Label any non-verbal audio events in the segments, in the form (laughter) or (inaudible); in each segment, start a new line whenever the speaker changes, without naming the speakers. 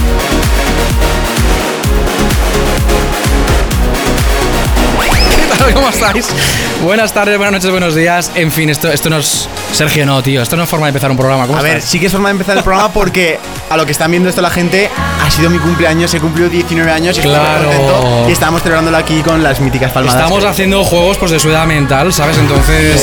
(laughs)
tal? ¿Cómo estáis? Buenas tardes, buenas noches, buenos días. En fin, esto, esto no es. Sergio, no, tío. Esto no es forma de empezar un programa. ¿Cómo
A ver,
estás?
sí que es forma de empezar el programa porque a lo que están viendo esto la gente, ha sido mi cumpleaños, he cumplido 19 años y estoy muy
Claro.
contento y estábamos celebrándolo aquí con las míticas palmadas.
Estamos
que-
haciendo juegos pues, de su edad mental, ¿sabes? Entonces.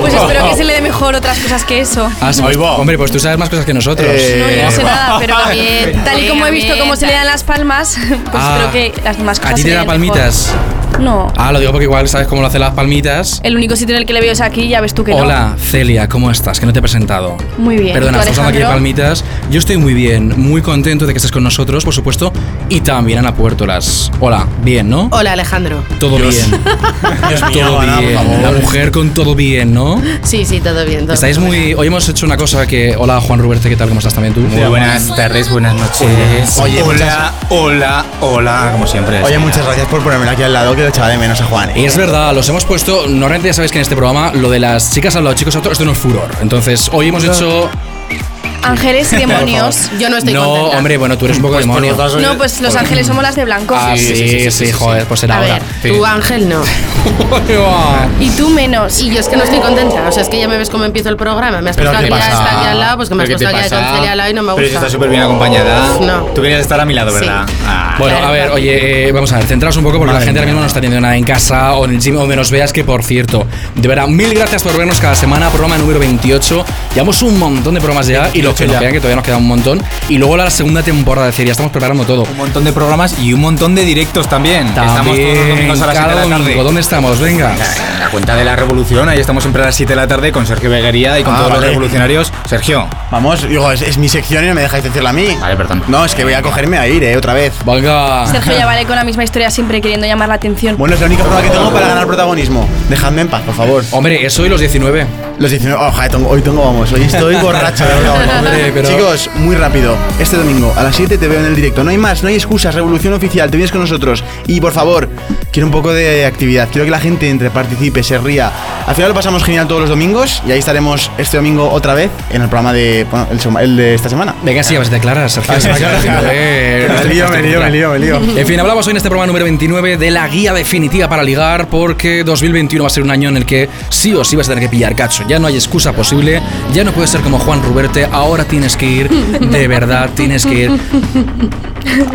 Pues espero que se
(laughs)
le dé mejor otras cosas que eso.
Ah, sí, pues, hombre, pues tú sabes más cosas que nosotros.
Eh,
No, yo no sé
Eh,
nada, Ah, pero
(laughs)
también. Tal y como he visto cómo se le dan las palmas, (laughs) pues
Ah.
creo que las demás
¿A
cosas.
ti
se
te
le
da
den mejor.
palmitas?
No.
Ah, lo digo porque igual sabes cómo lo hacen las palmitas.
El único sitio en el que le veo es aquí, ya ves tú que
Hola, Celia, ¿cómo estás? Que no te he presentado.
Muy bien.
Perdona,
¿Y tú,
estás usando aquí de
Alejandro?
palmitas. Yo estoy muy bien, muy contento de que estés con nosotros, por supuesto, y también Ana Puertolas. Hola, bien, ¿no?
Hola Alejandro.
Todo
Dios.
bien. todo
Ana, por
bien.
favor.
La mujer con todo bien, ¿no?
Sí, sí, todo bien. todo
Estáis
bien.
muy. Hoy hemos hecho una cosa que. Hola, Juan Ruberte, ¿qué tal? ¿Cómo estás también tú?
Muy buenas tardes, buenas noches.
Oye,
hola, hola, hola, como siempre.
Oye, muchas gracias por ponerme aquí al lado que lo echaba de menos a Juan. ¿eh?
Y es verdad, los hemos puesto. Normalmente ya sabéis que en este programa lo de las chicas al lado, chicos, a otro, esto no es furor. Entonces, hoy hemos hecho. (laughs)
Ángeles y demonios.
Yo no estoy
no,
contenta.
hombre, bueno, tú eres un poco demonio.
No, pues los ángeles somos las de blanco.
Ah, sí, sí, joder, pues será
A
ahora.
ver, tú Ángel
(laughs)
no.
Y tú menos.
Y yo es que no estoy contenta. O sea, es que ya me ves cómo empiezo el programa. Me has
¿Pero
puesto
qué
aquí,
pasa?
está aquí al lado, pues que me has puesto aquí con Celia al lado y no me
Pero si
gusta.
estás súper bien acompañada.
No.
Tú querías estar a mi lado,
Sí.
¿verdad? Ah.
Bueno,
Claro,
a ver,
claro.
oye, eh, vamos a ver, centraos un poco porque la
Madre
gente ahora
mía.
mismo no está teniendo nada en casa o en el gym o menos veas que, por cierto, de verdad, mil gracias por vernos cada semana, programa número 28. Llevamos un montón de programas ya y los que nos
ya.
vean que todavía nos queda un montón. Y luego la segunda temporada de serie, estamos preparando todo.
Un montón de programas y un montón de directos también. estamos todos los domingos a las 7
cada
de la tarde.
domingo, ¿dónde estamos? Venga.
En la cuenta de la revolución, ahí estamos siempre a las 7 de la tarde con Sergio Beguería y con
Ah,
todos los
vale.
revolucionarios. Sergio,
Vamos, digo, es, es mi sección y no me dejáis decirla a mí.
Vale, perdón.
No, es que voy a cogerme a ir, eh, otra vez.
Venga.
Sergio ya vale con la misma historia siempre queriendo llamar la atención.
Bueno, es la única prueba que tengo para ganar protagonismo. Dejadme en paz, por favor.
Hombre, eso y los 19.
Los 19. oh, joder, tengo- hoy tengo, vamos, hoy estoy borracho, de verdad.
(laughs) Hombre, pero-
Chicos, muy rápido. Este domingo a las 7 te veo en el directo. No hay más, no hay excusas. Revolución oficial, te vienes con nosotros. Y por favor, quiero un poco de actividad. Quiero que la gente entre, participe, se ría. Al final lo pasamos genial todos los domingos. Y ahí estaremos este domingo otra vez en el programa de. bueno, el, sema- el de esta semana.
Venga, sí, a ver si te aclaras, Sergio.
Ah, sí, me aclaro.
Joder, no eh. estoy- no estoy contra.
me lío.
En fin, hablamos hoy en este programa número 29 de la guía definitiva para ligar, porque 2021 va a ser un año en el que sí o sí vas a tener que pillar cacho. Ya no hay excusa posible, ya no puedes ser como Juan Ruberte, ahora tienes que ir,
(laughs)
de verdad tienes que ir.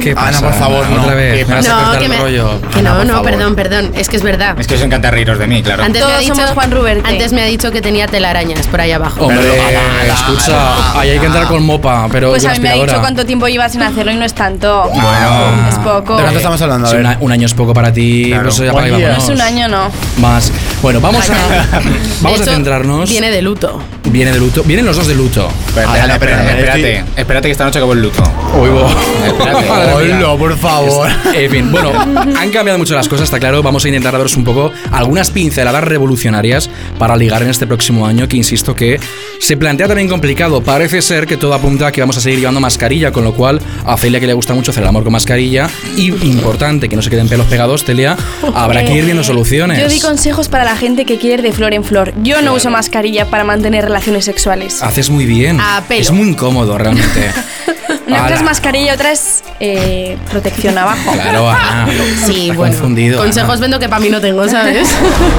¿Qué pasa?
Ana, por favor,
Ana,
no.
otra vez.
¿Qué
me vas a
No,
cortar
que
el
me-
rollo.
que
Ana,
no,
por
no,
favor.
perdón, perdón. Es que es verdad.
es que os encanta reíros de mí, claro.
Antes me
Todos
ha dicho,
somos Juan Ruberte.
Antes me ha dicho que tenía telarañas por ahí abajo.
Hombre,
Eh,
Perdón, Ana,
escucha, ahí hay que entrar con mopa, pero
Pues
con
a mí me ha dicho
aspiradora.
cuánto tiempo llevas sin hacerlo y no es tanto.
Bueno.
Es poco.
Ah. ¿De cuánto estamos hablando? A
Si
ver.
una- un año es poco para ti,
Claro.
pues ya
Buen
para que
día.
vámonos.
Es un año, no.
Más. Bueno, vamos a,
Calla.
(laughs)
De
vamos a
hecho,
centrarnos.
Viene de luto.
Viene de luto. Vienen los dos de luto.
Pero
Ah,
espérate,
Ana,
espérate,
perdón,
espérate,
estoy-
espérate que esta noche acabó el luto.
Uy, bo.
Espérate.
Madre mía.
Hola, por favor.
En fin, bueno, han cambiado mucho las cosas, está claro. Vamos a intentar daros un poco algunas pinceladas revolucionarias para ligar en este próximo año, que insisto que se plantea también complicado. Parece ser que todo apunta a que vamos a seguir llevando mascarilla, con lo cual a Celia, que le gusta mucho hacer el amor con mascarilla, y importante, que no se queden pelos pegados, Celia, habrá que ir viendo soluciones.
Yo di consejos para la gente que quiere ir de flor en flor. Yo no uso mascarilla para mantener relaciones sexuales.
Haces muy bien.
A pelo.
Es muy incómodo, realmente.
(laughs) Una cosa es
Ala.
mascarilla, otra es eh, protección abajo. (laughs)
Claro, Ana.
Sí,
Está
bueno.
confundido.
consejos
Ana.
vendo que para mí no
(laughs)
tengo, ¿sabes?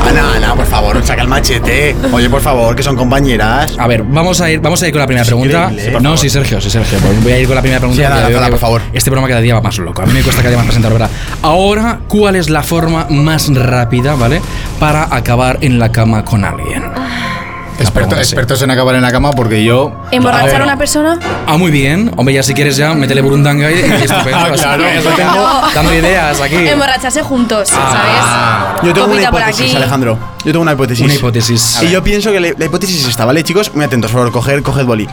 Ana, Ana, por favor, saca el machete. Oye, por favor, que son compañeras.
A ver, vamos a ir, vamos a ir con la primera pregunta.
increíble, ¿eh?
no, sí, Sergio, sí, Sergio. pues voy a ir con la primera pregunta.
Sí, Ana,
porque veo
lánzala,
que
por favor.
Este programa cada día va más loco. A mí me cuesta cada día más presentar, ¿verdad? Ahora, ¿cuál es la forma más rápida, ¿vale? Para acabar en la cama con alguien.
Experto-
pregunta, sí.
expertos en acabar en la cama porque yo.
¿Emborrachar
ver.
a una persona?
Ah, muy bien. Hombre, ya si quieres ya, métele burundanga y, y (laughs)
(laughs)
(laughs)
estupendo.
Ah,
Así
claro.
que ya te tengo dando ideas aquí. Ah.
Emborracharse juntos, ¿sabes?
Ah. Yo tengo una
Copita por
hipótesis,
aquí.
Alejandro. Yo tengo una hipótesis.
Una hipótesis.
Y yo pienso que la la hipótesis es esta, ¿vale, chicos? Muy atentos, por favor, coger, coged boli.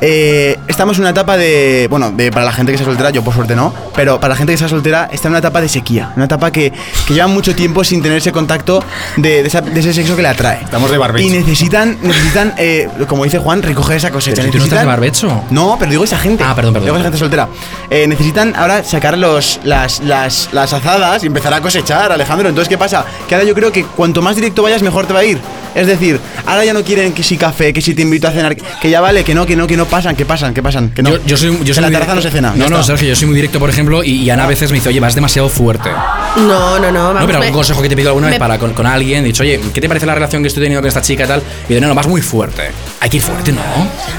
Eh, estamos en una etapa de. Bueno, de, para la gente que sea soltera, yo por suerte no, pero para la gente que sea soltera, está en una etapa de sequía. Una etapa que, que lleva mucho tiempo sin tener ese contacto de, de esa- de ese sexo que le atrae.
Estamos de barbecho.
Y necesitan, necesitan, eh, como dice Juan, recoger esa cosecha.
Pero si tú no estás de
Necesitan-
barbecho.
No, pero digo esa gente.
Ah, perdón, perdón.
Digo esa gente soltera. Eh, necesitan ahora sacar los, las, las, las azadas y empezar a cosechar, Alejandro. Entonces, ¿qué pasa? Que ahora yo creo que cuanto más directo vayas, mejor te va a ir. Es decir, ahora ya no quieren que si café, que si te invito a cenar, que ya vale, que no, que no, que no pasan, que pasan, que pasan, que no.
Yo, yo soy, yo
Que
soy
en la
muy
terraza
directo.
no se cena.
No,
ya
no,
está.
Sergio, yo soy muy directo, por ejemplo, y, y Ana a veces me dice, oye, vas demasiado fuerte.
No, no, no. vamos,
No, pero
me-
un consejo que te pido alguna vez
me-
para con, con alguien, he dicho, oye, ¿qué te parece la relación que estoy teniendo con esta chica y tal? Y yo, no, no, vas muy fuerte. Hay que ir fuerte, ¿no?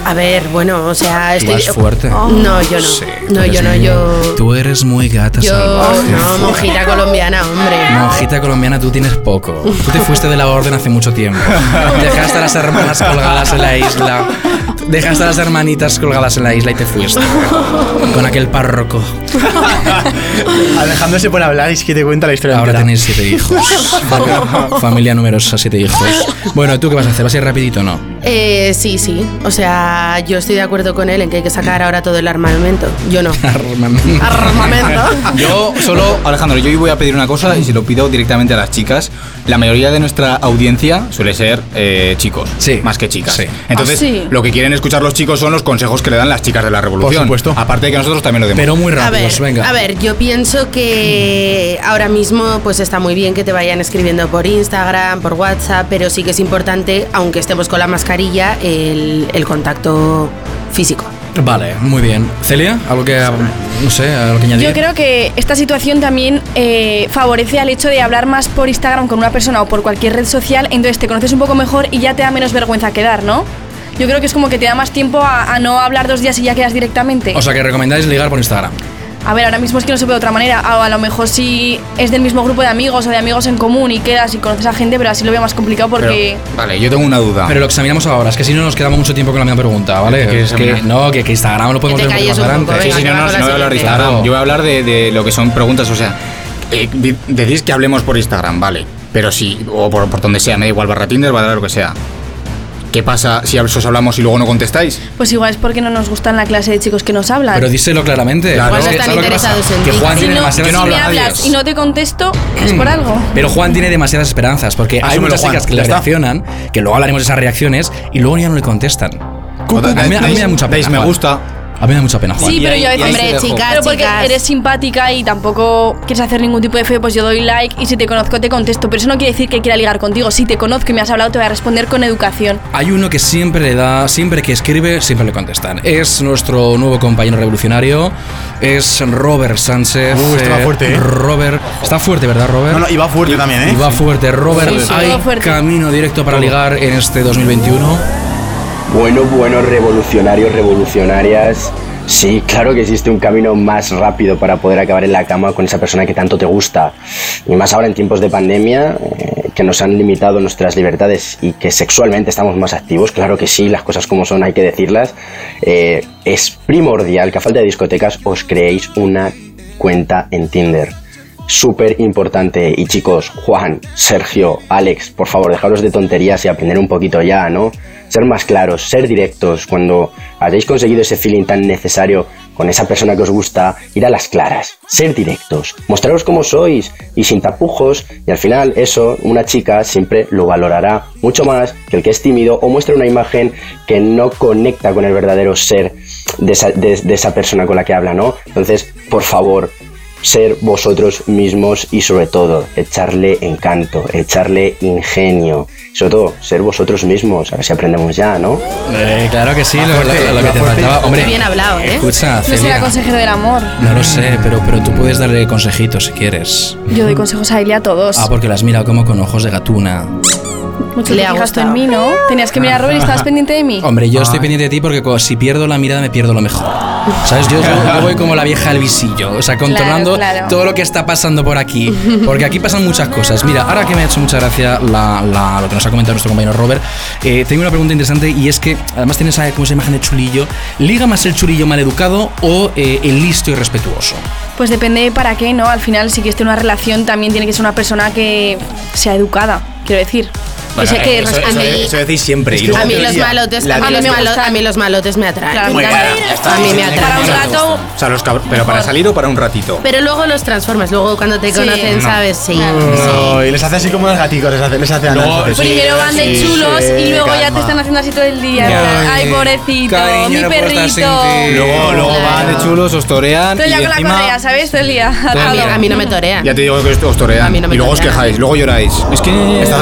A ver, bueno, o sea,
Tú
estoy.
vas fuerte.
Oh. No, yo no.
Sí, tú
no,
eres
yo no,
muy-
yo.
Tú eres muy gata
Yo.
salvaje.
No, monjita colombiana, hombre.
Monjita colombiana, tú tienes poco. Tú te fuiste de la orden hace mucho tiempo. Dejaste a las hermanas colgadas en la isla. Dejaste a las hermanitas colgadas en la isla y te fuiste. Con aquel párroco.
(laughs) Alejandro se pone a hablar y es que te cuenta la historia.
Ahora
entera.
tenéis siete
(laughs)
hijos. Familia- Familia numerosa, siete hijos. Bueno, ¿tú qué vas a hacer? ¿Vas a ir rapidito o no?
Eh, sí, sí. O sea, yo estoy de acuerdo con él en que hay que sacar ahora todo el armamento. Yo
(laughs)
no. Armamento.
Yo solo, Alejandro, yo hoy voy a pedir una cosa y se lo pido directamente a las chicas. La mayoría de nuestra audiencia suele ser eh, chicos,
Sí.
más que chicas.
Sí.
Entonces,
Ah, sí.
lo que quieren escuchar los chicos son los consejos que le dan las chicas de la revolución.
supuesto.
Aparte de que nosotros también lo demos.
Pero muy
A
rápidos,
ver,
venga.
a ver, yo pienso que ahora mismo pues está muy bien que te vayan escribiendo por Instagram, por WhatsApp, pero sí que es importante, aunque estemos con la mascarilla, el, el contacto físico.
Vale, muy bien. Celia, algo que no sé, algo que añadir.
Yo creo que esta situación también eh, favorece al hecho de hablar más por Instagram con una persona o por cualquier red social, entonces te conoces un poco mejor y ya te da menos vergüenza quedar, ¿no? Yo creo que es como que te da más tiempo a, a no hablar dos días y ya quedas directamente.
O sea, que recomendáis ligar por Instagram.
a ver, ahora mismo es que no se ve de otra manera. A, a lo mejor si es del mismo grupo de amigos o de amigos en común y quedas y conoces a gente, pero así lo veo más complicado porque...
Pero, vale, yo tengo una duda.
Pero lo examinamos ahora, es que si no nos quedamos mucho tiempo con la misma pregunta,
¿Qué
¿vale?
quieres
Es que,
examinar?
no, que, que Instagram lo
Pues
podemos
Que te
ver un
calles
poco más
un
adelante.
poco,
Sí,
venga.
sí, no,
que
no,
va
no
con la
voy a hablar
siguiente.
de Instagram.
Claro.
Yo voy a hablar de, de lo que son preguntas, o sea, eh, di- decís que hablemos por Instagram, vale, pero si, o por, por donde sea, me da igual, barra Tinder, barra lo que sea. ¿Qué pasa si os hablamos y luego no contestáis?
Pues igual es porque no nos gustan la clase de chicos que nos hablan.
Pero díselo claramente.
Claro. Igual
Es
no
que
están
¿sabes lo que pasa?
interesados en
Que
ti.
Juan
Si
si
tiene
no,
demasiadas Mm.
si
no hablo
me
a nadie.
hablas y no te contesto, es por algo.
Pero Juan tiene demasiadas esperanzas, porque hay
Asúmelo,
muchas
Juan,
chicas que
ya
le
está.
reaccionan, que luego hablaremos de esas reacciones, y luego ya no le contestan.
O da-
a, mí, a mí me da
dais-
mucha pena.
dais me
Juan.
gusta.
A mí me da mucha pena, Juan.
Sí,
Y
pero
ahí-
yo a
y ahí
veces...
se
Hombre,
dejó.
chicas,
Pero porque
chicas.
eres simpática y tampoco quieres hacer ningún tipo de feo, pues yo doy like y si te conozco te contesto. Pero eso no quiere decir que quiera ligar contigo. Si te conozco y me has hablado, te voy a responder con educación.
Hay uno que siempre le da, siempre que escribe, siempre le contestan. Es nuestro nuevo compañero revolucionario, es Robert Sánchez.
Uh, este va fuerte, ¿eh?
Robert, está fuerte, ¿verdad, Robert?
No, no, y va fuerte también, ¿eh?
Y va fuerte, Robert.
Sí, sí.
Hay
Todo fuerte.
camino directo para ligar en este 2021.
Bueno, bueno, revolucionarios, revolucionarias. Sí, claro que existe un camino más rápido para poder acabar en la cama con esa persona que tanto te gusta. Y más ahora en tiempos de pandemia, eh, que nos han limitado nuestras libertades y que sexualmente estamos más activos. Claro que sí, las cosas como son hay que decirlas. Eh, es primordial que a falta de discotecas os creéis una cuenta en Tinder súper importante. Y chicos, Juan, Sergio, Alex, por favor, dejaros de tonterías y aprender un poquito ya, ¿no? Ser más claros, ser directos. Cuando hayáis conseguido ese feeling tan necesario con esa persona que os gusta, ir a las claras, ser directos, mostraros cómo sois y sin tapujos. Y al final, eso, una chica siempre lo valorará mucho más que el que es tímido o muestra una imagen que no conecta con el verdadero ser de esa, de- de esa persona con la que habla, ¿no? Entonces, por favor, ser vosotros mismos y sobre todo echarle encanto, echarle ingenio, sobre todo ser vosotros mismos, a ver si aprendemos ya, ¿no?
Eh, claro que sí, lo, lo- lo que te
Ah,
faltaba. Hombre,
Qué bien hablado, ¿eh?
Escucha,
No será
Celia,
consejero del amor.
No lo sé, pero, pero tú puedes darle consejitos si quieres.
Yo doy consejos a Elia a todos.
Ah, porque las mira como con ojos de gatuna.
Mucho
Le
te
ha
fijas tú en
gustado.
mí, ¿no? Tenías que mirar a Robert y estabas pendiente de mí.
Hombre, yo estoy pendiente de ti porque co- si pierdo la mirada me pierdo lo mejor. ¿Sabes? Yo, yo- yo voy como la vieja al visillo, o sea, controlando
Claro, claro.
todo lo que está pasando por aquí. Porque aquí pasan muchas cosas. Mira, ahora que me ha hecho mucha gracia la- la- lo que nos ha comentado nuestro compañero Robert, eh, tengo una pregunta interesante y es que, además tienes esa, como esa imagen de chulillo, ¿liga más el chulillo maleducado o eh, el listo y respetuoso?
Pues depende para qué, ¿no? Al final, si quieres tener una relación, también tiene que ser una persona que sea educada, quiero decir. Eso hay que
eh, eso-
respetar.
eso-
A mí-
eso-
Eso decís siempre. Y luego-
A mí los
teoría,
malotes,
la
a mí los
teoría.
malo- a mí los malotes me atraen.
Claro,
Muy bien, ya está.
A mí me
Para un
atraen.
rato.
O sea, los cab- pero para salir o para un ratito.
Pero luego los transformas, luego cuando te
Sí.
conocen,
No.
sabes, sí.
No, y les hace así como los gaticos, les hace, les hace
No,
Pues
análisis.
sí,
Primero van de
sí,
chulos
sí,
y luego ya
calma.
te están haciendo así todo el día. en
Ya,
plan, Ay,
eh,
pobrecito,
cariño,
mi
no
pues,
puedo estar sin
perrito.
ti.
Luego, luego van de chulos, os torean.
Estoy
y
ya con la
encima-
correa, ¿sabes? Todo el día.
A mí, a mí no me torean.
Ya te digo que os- os torean.
A mí no me
y luego os
torean.
quejáis, luego lloráis. Es que,
Está-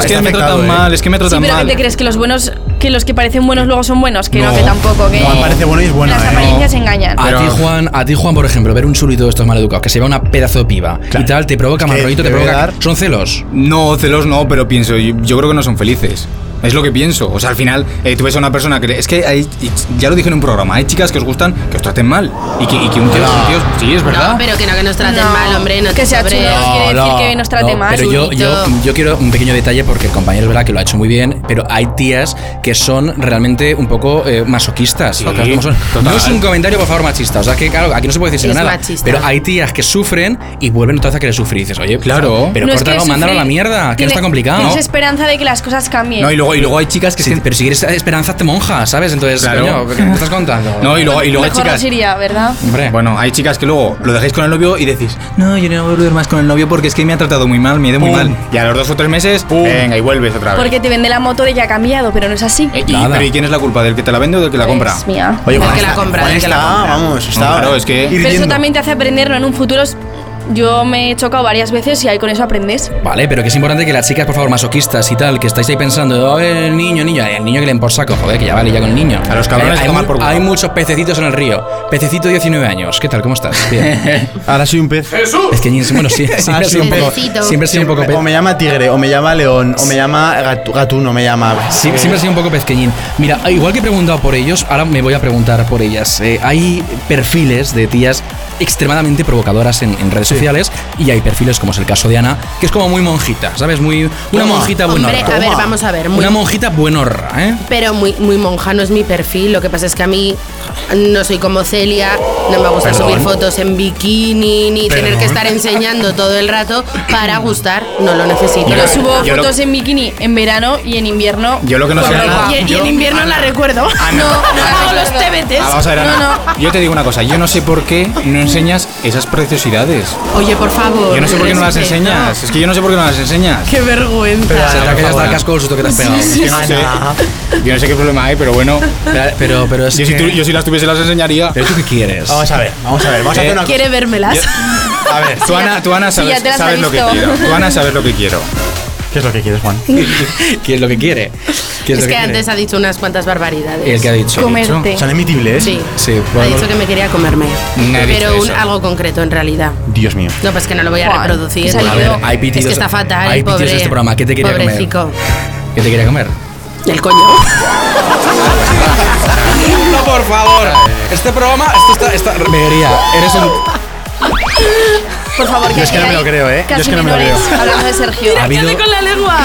es que
está
me
afectado,
tratan
eh.
mal, es que me
Sí,
tratan
pero ¿qué
mal.
te crees? ¿Que los buenos, que los que parecen buenos luego son buenos? Que no,
No.
que tampoco, que
No, parece bueno y es bueno,
las
eh.
apariencias engañan.
A
Pero-
ti, Juan, a ti, Juan, por ejemplo, ver un chulito de estos maleducados que se va una pedazo de piba y tal, te provoca mal
que
rollito, te
de
provoca.
verdad-
Son celos.
No, celos no, pero pienso, yo, yo creo que no son felices. Es lo que pienso. O sea, al final, eh, tú ves a una persona que. le- Es que hay. y Ya lo dije en un programa, hay chicas que os gustan, que os traten mal. Y que, y que un tío. un tío- sí, es verdad.
No, pero que no, que nos traten
No,
mal, hombre, no
que
te
sea
sobres.
chulo. No quiere decir que nos trate mal,
Pero yo, yo,
Julito.
yo quiero un pequeño detalle porque el compañero es verdad que lo ha hecho muy bien, pero hay tías que son realmente un poco eh, masoquistas. o cosas como son.
total.
No es un comentario, por favor, machista. O sea, que claro, aquí no se puede decir
Es
nada.
machista.
Pero hay tías que sufren y vuelven otra vez a querer sufrir. Y dices, oye, pues,
Claro.
Pero
No es que
córtalo,
sufrir-
mándalo a la mierda, que
tiene-
no está complicado.
Tienes esperanza de que las cosas cambien.
No, y luego, y luego hay chicas que.
Sí, pero si quieres eh, esperanza, te monja, ¿sabes? Entonces,
Claro.
coño, ¿qué me estás contando?
No, y luego, y luego hay
Mejor
chicas.
nos iría, ¿verdad?
Hombre.
Bueno, hay chicas que luego lo dejáis con el novio y decís, no, yo no voy a volver más con el novio porque es que me ha tratado muy mal, me ha ido muy
Pum.
mal. Y a los dos o tres meses, venga, y vuelves otra vez.
Porque te vende la moto de ya ha cambiado, pero no es así.
Eh, y-
Nada.
pero ¿y quién es la culpa? ¿Del que te la vende o del que la compra?
Es mía.
Oye,
El
Juan,
que la
está-
compra,
Juan
el que la
está,
compra.
vamos, está.
Claro, es que-
Pero eso
hirviendo.
también te hace aprenderlo en un futuro. es- Yo me he chocado varias veces y ahí con eso aprendes.
Vale, pero que es importante que las chicas, por favor, masoquistas y tal, que estáis ahí pensando, "Ay, el niño, niño, el niño que le den por saco, joder, que ya vale, ya con el niño.
A los cabrones
hay,
a tomar
mu-
por culo.
hay muchos pececitos en el río. Pececito 19 años, ¿qué tal? ¿Cómo estás? Bien.
Ahora soy un pez.
es que bueno, sí, siempre ha sido un poco.
Pececito.
Siempre ha sido un poco
O
pe-
me llama tigre, o me llama león, o me llama gatu- gatuno, me llama.
Sí, siempre ha sido un poco pezqueñín. Mira, igual que he preguntado por ellos, ahora me voy a preguntar por ellas. Eh, hay perfiles de tías extremadamente provocadoras en, en redes sociales y hay perfiles, como es el caso de Ana, que es como muy monjita, ¿sabes? Muy, una
Toma.
monjita buenorra.
Hombre, a ver, vamos a ver. Muy,
Una monjita buenorra, ¿eh?
pero muy, muy monja no es mi perfil. Lo que pasa es que a mí no soy como Celia, no me gusta
Perdón.
subir fotos en bikini ni tener que estar enseñando todo el rato para gustar. No lo necesito.
Yo
Yo-
subo
yo lo-
fotos en bikini en verano y en invierno.
Yo lo que no
con
sé-
ropa.
Ah,
Y en- y
yo-
en invierno la recuerdo. no, no hago los TBTs.
Ah, vamos a ver, Ana.
No, no.
Yo te digo una cosa, yo no sé por qué no enseñas esas preciosidades.
Oye, por favor.
Yo no sé por qué no las
respeta.
enseñas. Es que yo no sé por qué no las enseñas.
Qué vergüenza.
Se te ha caído hasta el casco del susto que te has pegado.
Yo no, sé, yo no sé qué problema hay, pero bueno.
Pero, pero, pero es
Yo si,
que-
tú- yo si las tuviese las enseñaría.
¿Pero tú qué quieres?
Vamos a ver, vamos a ver, vamos a
Eh,
hacer una cosa.
Quiere vérmelas.
A ver,
Tú, Ana, tú, Ana,
sí, ya
sabes,
te las
sabes
he
lo que
visto. (laughs)
quiero. Tú, Ana, sabes lo que quiero.
¿qué es lo que quieres, Juan?
(laughs) ¿Qué es lo que quiere? ¿Qué
Es
lo
que
quiere? Eh,
antes ha dicho unas cuantas barbaridades.
El que ha dicho.
Comerte.
Son
¿eh?
emitibles.
Sí.
Sí,
Ha
bueno.
dicho que me quería comerme.
No he dicho
pero un-
eso.
algo concreto en realidad.
Dios mío.
No, pues que no lo voy a
Juan,
reproducir.
que se ha
A ver,
ido.
hay pitidos.
Es que está fatal,
Hay pitidos
pobre.
en este programa. ¿Qué te quería comer?
Pobrecico.
¿Qué te quería comer?
El coño.
No, por favor. Este programa, esto está, está Vería, eres un
Por favor, que
es que no me lo creo, ¿eh? Yo
Casi
es que no me lo
menores, Hablando de Sergio.
ha habido
la lengua.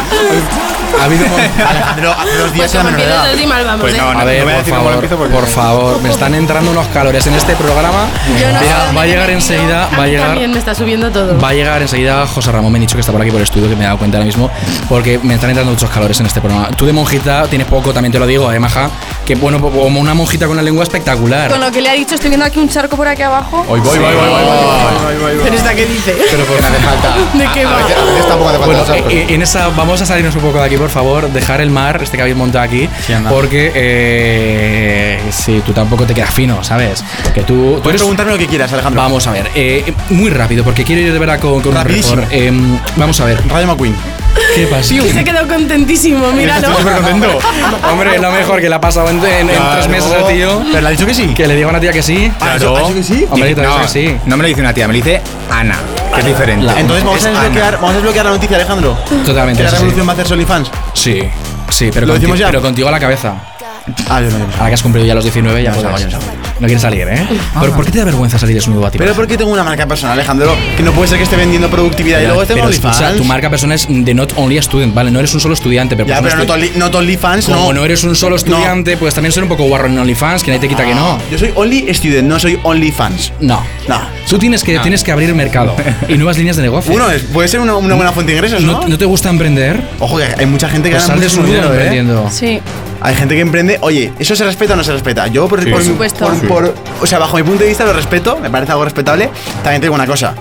ha (laughs) habido mon-
Alejandro, hace dos días
Pues
era
como
menor de
empiezo
edad.
así, mal vamos,
Pues
¿eh?
no,
a
voy
ver,
a
por
decir cómo lo
favor,
empiezo porque-
por favor, me están entrando unos calores en este programa.
Yo no sé
Mira,
dónde
va a
me he
llegar
metido.
enseguida, va a
mí
llegar
También me está subiendo todo.
Va a llegar enseguida José Ramón me ha dicho que está por aquí por el estudio, que me he dado cuenta ahora mismo, porque me están entrando muchos calores en este programa. Tú de monjita tienes poco, también te lo digo, eh, maja, que bueno, po- como una monjita con la lengua espectacular.
Con lo que le ha dicho, estoy viendo aquí un charco por aquí abajo.
Hoy voy, voy, voy, voy, voy, voy, voy.
¿Pero esta qué dice?
Pero por hace falta.
¿De
Ah,
qué va?
A veces- a veces tampoco hace falta
Bueno,
esas
eh,
cosas.
eh, en esa vamos a salirnos un poco de aquí, por favor, dejar el mar, este que habéis montado aquí,
Sí, anda.
porque eh, si tú tampoco te quedas fino, ¿sabes? Que tú, tú
Puedes
eres
preguntarme lo que quieras, Alejandro.
Vamos a ver, eh, muy rápido, porque quiero ir de verdad con, con un
Rapidísimo.
report. Em, vamos a ver,
Radio McQueen.
¿qué pasa?
(laughs)
Se quedó contentísimo, míralo.
Estoy súper contento.
Hombre, es lo mejor que la ha pasado en, en- en tres
Claro.
meses al tío.
Pero le ha dicho que sí.
Que le diga a una tía que sí.
Ah, ¿eso- eso que sí?
Hombre,
Dice-
te dice que sí.
no me lo dice una tía, me lo dice Ana, que es diferente.
La-
Entonces vamos
Es
a,
Ana.
desbloquear, vamos a desbloquear la noticia, Alejandro.
Totalmente.
Que la
sí, sí.
revolución va a hacer Solifans.
Sí, sí, pero,
¿Lo
conti-
decimos ya?
pero contigo a la cabeza.
Ah, yo no, yo no.
Ahora que has cumplido ya los 19, ya
Ya
puedes.
sabes, ya sabes.
No quiere salir, ¿eh?
Ah.
¿Por, ¿Por qué te da vergüenza salir desnudo a ti? por
Pero
ejemplo?
porque tengo una marca personal, Alejandro, que no puede ser que esté vendiendo productividad y luego este esté en
Pero escucha,
OnlyFans.
tu marca persona es de not only a student, ¿vale? No eres un solo estudiante, pero
Ya,
pues
pero
un
no
estu-
to only- no to OnlyFans, no.
Como no eres un solo estudiante, pues también ser un poco guarro en OnlyFans, que nadie te quita que no.
Ah, Yo soy Only Student, no soy OnlyFans.
No.
No.
Tú tienes que,
No.
tienes que abrir mercado y nuevas líneas de negocio.
Uno es, puede ser una, una buena fuente de ingresos, ¿no?
¿No, no te gusta emprender?
Ojo, que hay mucha gente que
Pues
gana
sal
muchísimo
desnudo
dinero, ¿eh?
emprendiendo.
Sí.
Hay gente que emprende, oye, ¿eso se respeta o no se respeta? Yo, por, por,
Por
mi-
supuesto.
por-
Sí.
por- O sea, bajo mi punto de vista lo respeto, me parece algo respetable. También tengo una cosa.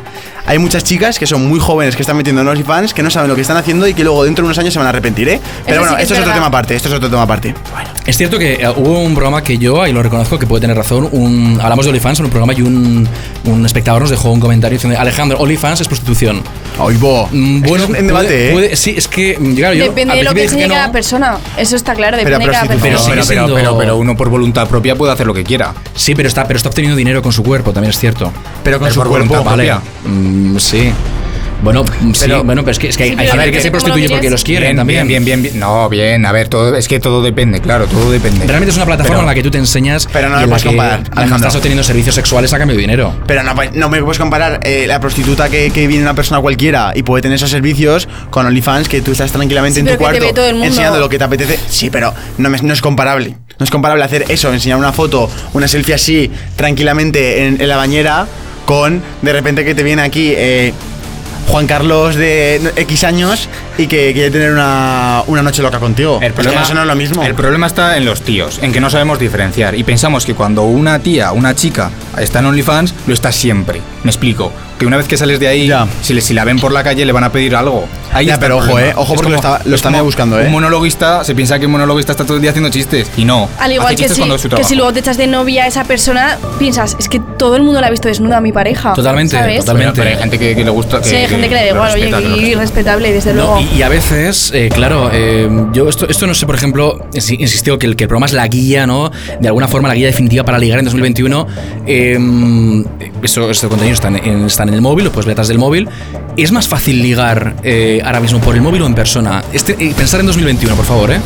Hay muchas chicas que son muy jóvenes que están metiendo en OnlyFans que no saben lo que están haciendo y que luego dentro de unos años se van a arrepentir, ¿eh? Pero
Eso
bueno,
sí que es
esto es otro
verdad.
tema aparte, esto es otro tema aparte.
Es cierto que eh, hubo un programa que yo, y lo reconozco que puede tener razón, un, hablamos de OnlyFans en un programa y un, un espectador nos dejó un comentario diciendo, Alejandro, OnlyFans es prostitución.
Ay, bo.
Mm,
Es que
Bueno,
es en
puede-
debate, ¿eh?
puede- sí, es que, mm, claro, yo
depende
al
de lo
principio
que
dije
enseñe
no.
cada persona. Eso está claro, depende de cada
prostitución.
persona.
Pero sigue
pero,
siendo-
pero, pero, pero uno por voluntad propia puede hacer lo que quiera.
Sí, pero está, pero está obteniendo dinero con su cuerpo, también es cierto. Pero con
Pero
su
por
cuerpo,
voluntad
vale.
propia.
Mm, sí. Bueno, sí,
Pero-
bueno, pero es que, es que hay,
Sí,
hay
pero
gente
es
que
que
se
como lo
prostituye porque
mires-
los quieren
bien,
también.
Bien, bien, bien. No, bien. A ver, todo, es que todo depende, claro, todo depende.
Realmente es una plataforma
Pero-
en la que tú te enseñas
Pero
y
no lo
en la
puedes
que
comparar, Alejandro.
estás obteniendo servicios sexuales a cambio de dinero.
Pero no, pa- no me puedes comparar eh, la prostituta que, que viene una persona cualquiera y puede tener esos servicios con OnlyFans que tú estás tranquilamente
Sí,
en tu
pero que te
cuarto
ve todo el mundo.
enseñando lo que te apetece. Sí, pero no, me- no es comparable. No es comparable hacer eso, enseñar una foto, una selfie así, tranquilamente en, en la bañera, con de repente que te viene aquí eh, Juan Carlos de no- X años y que quiere tener una, una noche loca contigo.
El
es
problema,
que eso no es lo mismo.
El problema está en los tíos, en que no sabemos diferenciar. Y pensamos que cuando una tía, una chica está en OnlyFans, lo está siempre. Me explico. Que una vez que sales de ahí,
Ya.
si, le- si la ven por la calle, le van a pedir algo. Ahí
Ya,
está el
pero ojo,
problema.
eh, ojo
Es
porque lo está- lo
es
están
como
buscando, eh.
Un monologuista, se piensa que un monologuista está todo el día haciendo chistes. Y no.
Al
hace
igual que
chistes
si,
cuando es su
que si
trabajo.
luego te echas de novia a esa persona, piensas, es que todo el mundo la ha visto desnuda a mi pareja.
Totalmente,
¿sabes?
totalmente.
Pero, pero hay gente que, que le gusta.
Sí, hay gente que le da
lo
igual, oye,
respeta, que lo
y
respeta.
respetable, desde
No,
luego.
y, y a veces, eh, claro, eh, yo esto, esto no sé, por ejemplo, si- insistió que el, que el programa es la guía, ¿no? De alguna forma la guía definitiva para ligar en 2021. Eh, eso, estos contenidos están en, están en el móvil, pues vetas del móvil. ¿Es más fácil ligar eh, ahora mismo por el móvil o en persona? Este, eh, pensar en 2021, por favor, ¿eh?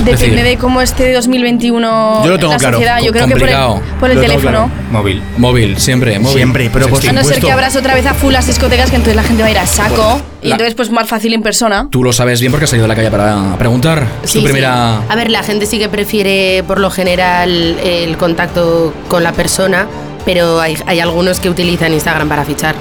Depende
decir,
de cómo esté 2021
Yo lo tengo
la
claro,
sociedad. Yo creo que por
complicado.
el, por el
Lo tengo
teléfono.
claro. Móvil.
Móvil, siempre, móvil.
Siempre, pero por
A no ser
Impuesto.
que abras otra vez a full las discotecas, que entonces la gente va a ir a saco. y
la-
entonces, pues más fácil en persona.
Tú lo sabes bien porque has salido a la calle para preguntar. Es
Sí,
tu
sí.
primera.
A ver, la gente sí que prefiere por lo general el contacto con la persona, pero hay, hay algunos que utilizan Instagram para fichar.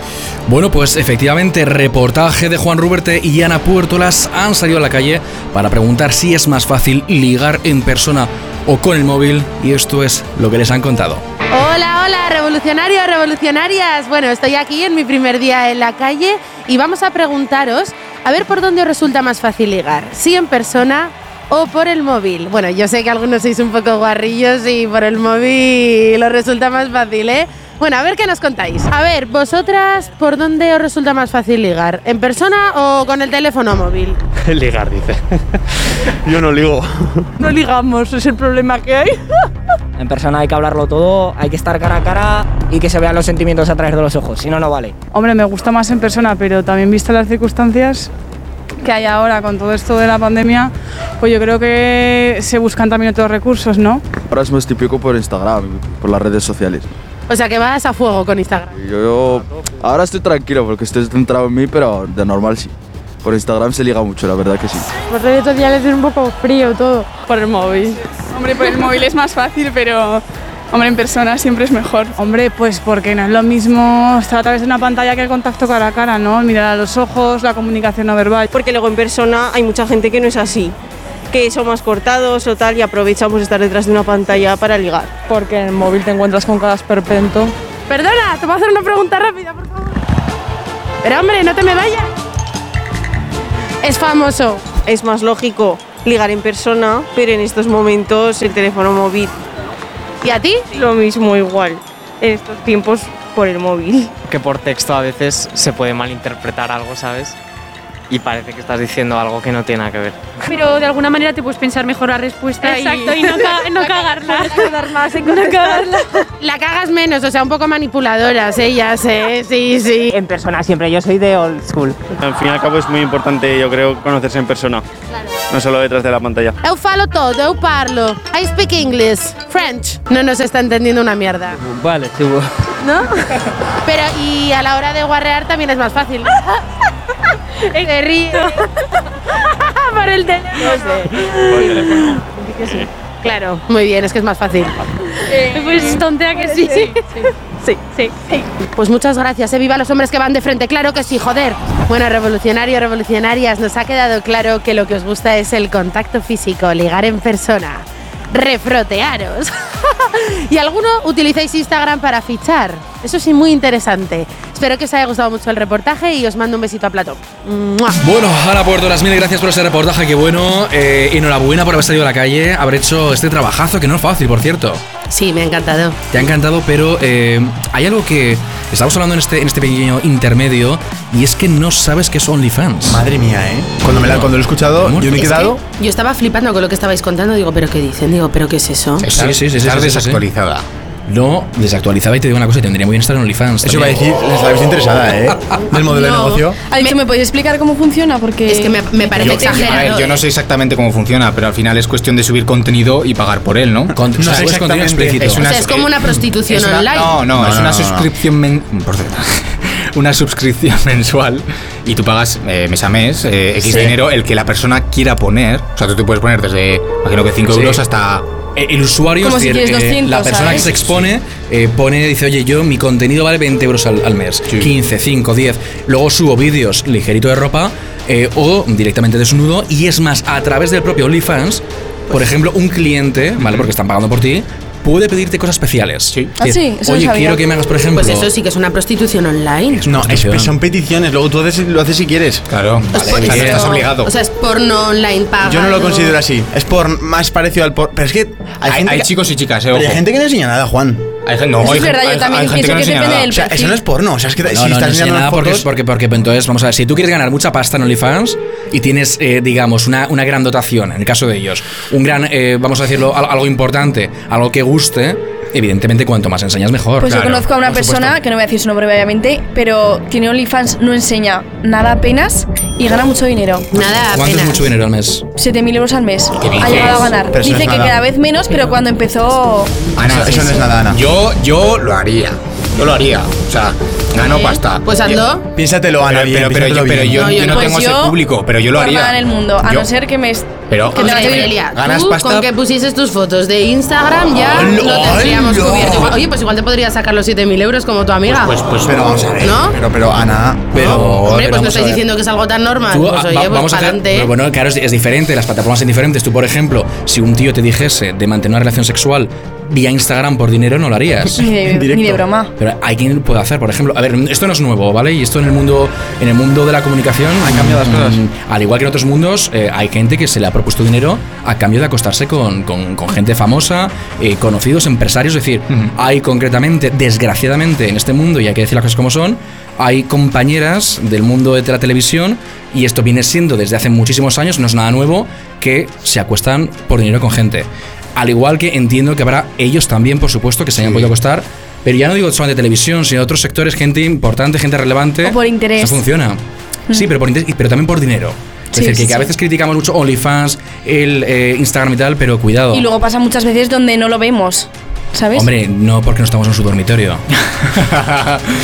Bueno, pues efectivamente, reportaje de Juan Ruberte y Ana Puertolas han salido a la calle para preguntar si es más fácil ligar en persona o con el móvil, y esto es lo que les han contado.
Hola, hola, revolucionarios, revolucionarias. Bueno, estoy aquí en mi primer día en la calle y vamos a preguntaros a ver por dónde os resulta más fácil ligar, si en persona o por el móvil. Bueno, yo sé que algunos sois un poco guarrillos y por el móvil os resulta más fácil, ¿eh? Bueno, a ver qué nos contáis. A ver, vosotras, ¿por dónde os resulta más fácil ligar? ¿En persona o con el teléfono móvil?
(laughs) Ligar, dice. (laughs) Yo no ligo.
No ligamos, es el problema que hay.
En persona hay que hablarlo todo, hay que estar cara a cara y que se vean los sentimientos a través de los ojos, si no, no vale.
(laughs) Hombre, me gusta más en persona, pero también visto las circunstancias que hay ahora con todo esto de la pandemia, pues yo creo que se buscan también otros recursos, ¿no?
Ahora es más típico por Instagram, por las redes sociales.
O sea, que vas a fuego con Instagram.
Yo ahora estoy tranquilo porque estoy centrado en mí, pero de normal sí. Por Instagram se liga mucho, la verdad que sí.
Por redes sociales es un poco frío todo. Por el móvil.
Hombre, por el móvil es más fácil, pero hombre, en persona siempre es mejor. Hombre, pues porque no es lo mismo estar a través de una pantalla que el contacto cara a cara, ¿no? Mirar a los ojos, la comunicación no verbal.
porque luego en persona hay mucha gente que no es así, que son más cortados o tal y aprovechamos estar detrás de una pantalla para ligar.
Porque en el móvil te encuentras con cada esperpento.
Perdona, te voy a hacer una pregunta rápida, por favor. Pero hombre, no te me vayas. Es famoso.
Es más lógico ligar en persona, pero en estos momentos el teléfono móvil,
¿Y a ti?
lo mismo igual, en estos tiempos por el móvil.
Que por texto a veces se puede malinterpretar algo, ¿sabes? Y parece que estás diciendo algo que no tiene nada que ver.
Pero de alguna manera te puedes pensar mejor la respuesta Exacto, (laughs) y, no, ca- no cagarla. No (laughs) cagarla. La cagas menos, o sea, un poco manipuladoras, ¿eh? Ya sé, sí, sí.
En persona siempre, yo soy de old school.
Al fin y al cabo es muy importante, yo creo, conocerse en persona.
no solo detrás de la pantalla.
Eu falo todo, eu parlo. I speak English, French. No nos está entendiendo una mierda.
Vale, chivo.
¿No? Pero y a la hora de guarrear también es más (laughs) fácil. Te ríes. Por el teléfono. Claro, muy bien, es que es más fácil. pues tontea que sí. Sí, sí, Pues muchas gracias, eh, viva los hombres que van de frente, claro que sí, joder. Bueno, revolucionarios, revolucionarias, nos ha quedado claro que lo que os gusta es el contacto físico, ligar en persona, refrotearos. (laughs) y alguno utilizáis Instagram para fichar. Eso sí, muy interesante. Espero que os haya gustado mucho el reportaje y os mando un besito a Platón. ¡Mua!
Bueno, Ana Puerto, las mil gracias por ese reportaje, qué bueno. Eh, enhorabuena por haber salido a la calle, haber hecho este trabajazo, que no es fácil, por cierto.
Sí, me ha encantado.
Te ha encantado, pero eh, hay algo que estamos hablando en este, en este pequeño intermedio y es que no sabes qué es OnlyFans.
Madre mía, ¿eh? Cuando, me la, cuando lo he escuchado, yo me he
Es que
quedado.
yo estaba flipando con lo que estabais contando, digo, pero ¿qué dicen? Digo, ¿pero qué es eso?
Sí, sí, sí.
Estás desactualizada.
No, desactualizada y te digo una cosa, tendría muy bien estar en OnlyFans.
Eso iba a
también.
decir, estabais
(laughs)
interesada, ¿eh?
Del modelo
de No. negocio. Ha dicho, ¿me podéis explicar cómo funciona? Porque. Es que me,
Yo- A ver, yo no sé exactamente cómo funciona, pero al final es cuestión de subir contenido y pagar por él, ¿no?
o sea, es contenido explícito.
Es una-
o sea, es como una prostitución
es una-
online.
No, no, es una
suscripción.
suscripción men- por cierto, (laughs) una suscripción (laughs) mensual y tú pagas eh, mes a mes eh, X
Sí.
dinero, el que la persona quiera poner. O sea, tú te puedes poner desde, imagino que 5
Sí. Eh,
euros hasta.
El, usuario, es decir, eh, la persona que se expone eh, pone, dice, oye, yo mi contenido vale 20 euros al, al mes, 15, 5, 10. Luego subo vídeos ligerito de ropa eh, o directamente desnudo. Y es más, a través del propio OnlyFans, por ejemplo, un cliente, ¿vale? Porque están pagando por ti, puede pedirte cosas especiales.
Ah,
Es decir,
sí, eso lo
oye,
sabía.
quiero que me hagas, por ejemplo.
Pues eso sí que es una prostitución online.
No, es- son peticiones, luego tú haces, lo haces si quieres.
Claro,
vale,
Eso- O sea, es porno online paga.
Yo no lo considero así. Es por más parecido al por. Pero es que hay, gente
hay
que-
chicos y chicas, eh,
pero hay
ojo.
gente que no enseña nada, Juan.
Hay gente, no,
Eso es
hay gen-
verdad, yo
hay-
también
hay gente
pienso que
no enseña
depende
nada.
del O sea, eso no es porno, o sea, es que si estás
enseña
mirando las
nada porque,
fotos-
porque, porque, entonces, vamos a ver, si tú quieres ganar mucha pasta en OnlyFans y tienes, eh, digamos, una, una gran dotación, en el caso de ellos, un gran, eh, vamos a decirlo, al- algo importante, algo que guste, evidentemente cuanto más enseñas mejor.
Pues yo conozco a una
por supuesto.
persona, que no voy a decir su nombre obviamente, pero tiene OnlyFans, no enseña nada apenas y gana mucho dinero. Nada
¿Cuánto es mucho dinero al mes?
7.000 euros al mes.
¿Qué dices?
Ha llegado a ganar.
Pero eso no
Dice
es
que
nada.
cada vez menos, pero cuando empezó...
Ana,
Eso- eso no es nada, Ana.
Yo, yo lo haría. Yo lo haría. O sea, gano
Sí.
pasta.
Pues hazlo.
Yo-
Piénsatelo, Ana,
Pero,
bien,
pero, pero yo,
piénsatelo
pero
bien.
yo
No, yo
yo no
no.
tengo
Pues
ese
yo,
público, pero yo lo
por
haría.
nada en el mundo, a
Yo-
no ser que me...
Pero
que me
Ana,
la lleve-
Elia, ganas
tú,
pasta-
con que pusieses tus fotos de Instagram ya
Hola,
lo tendríamos
hola.
cubierto. Igual- Oye, pues igual te podrías sacar los 7.000 euros como tu amiga.
Pues, pues,
Pero vamos a ver.
¿No?
Pero, pero, Ana.
Pero,
Hombre, pues
pero vamos
no
a
estáis
ver.
diciendo que es algo tan normal.
Tú,
pues
ah,
oye,
va-
pues
vamos a hacer-
pa'lante.
pero bueno, claro, es, es diferente, las plataformas son diferentes. Tú, por ejemplo, si un tío te dijese de mantener una relación sexual vía Instagram por dinero, no lo
(laughs)
harías. (laughs)
Ni de- ni de broma.
Pero hay quien lo puede hacer, por ejemplo. A ver, esto no es nuevo, ¿vale? Y esto en el mundo, en el mundo de la comunicación. Han cambiado las cosas. Al igual que en otros mundos, eh, hay gente que se le ha propuesto dinero a cambio de acostarse con, con- con gente famosa, eh, conocidos, empresarios. Es decir, hay concretamente, desgraciadamente, en este mundo, y hay que decir las cosas como son, hay compañeras del mundo de la televisión, y esto viene siendo desde hace muchísimos años, no es nada nuevo, que se acuestan por dinero con gente. Al igual que entiendo que habrá ellos también, por supuesto, que se hayan podido acostar. Pero ya no digo solamente televisión, sino otros sectores, gente importante, gente relevante.
O por interés.
Eso funciona.
Mm.
Sí, pero, por interés, y- pero también por dinero. Es
Sí,
decir, que,
sí,
que a
sí.
veces criticamos mucho OnlyFans, el eh, Instagram y tal, pero cuidado.
Y luego pasa muchas veces donde no lo vemos, ¿sabes? (laughs)
Oh. Hombre, no porque no estamos en su dormitorio. (laughs)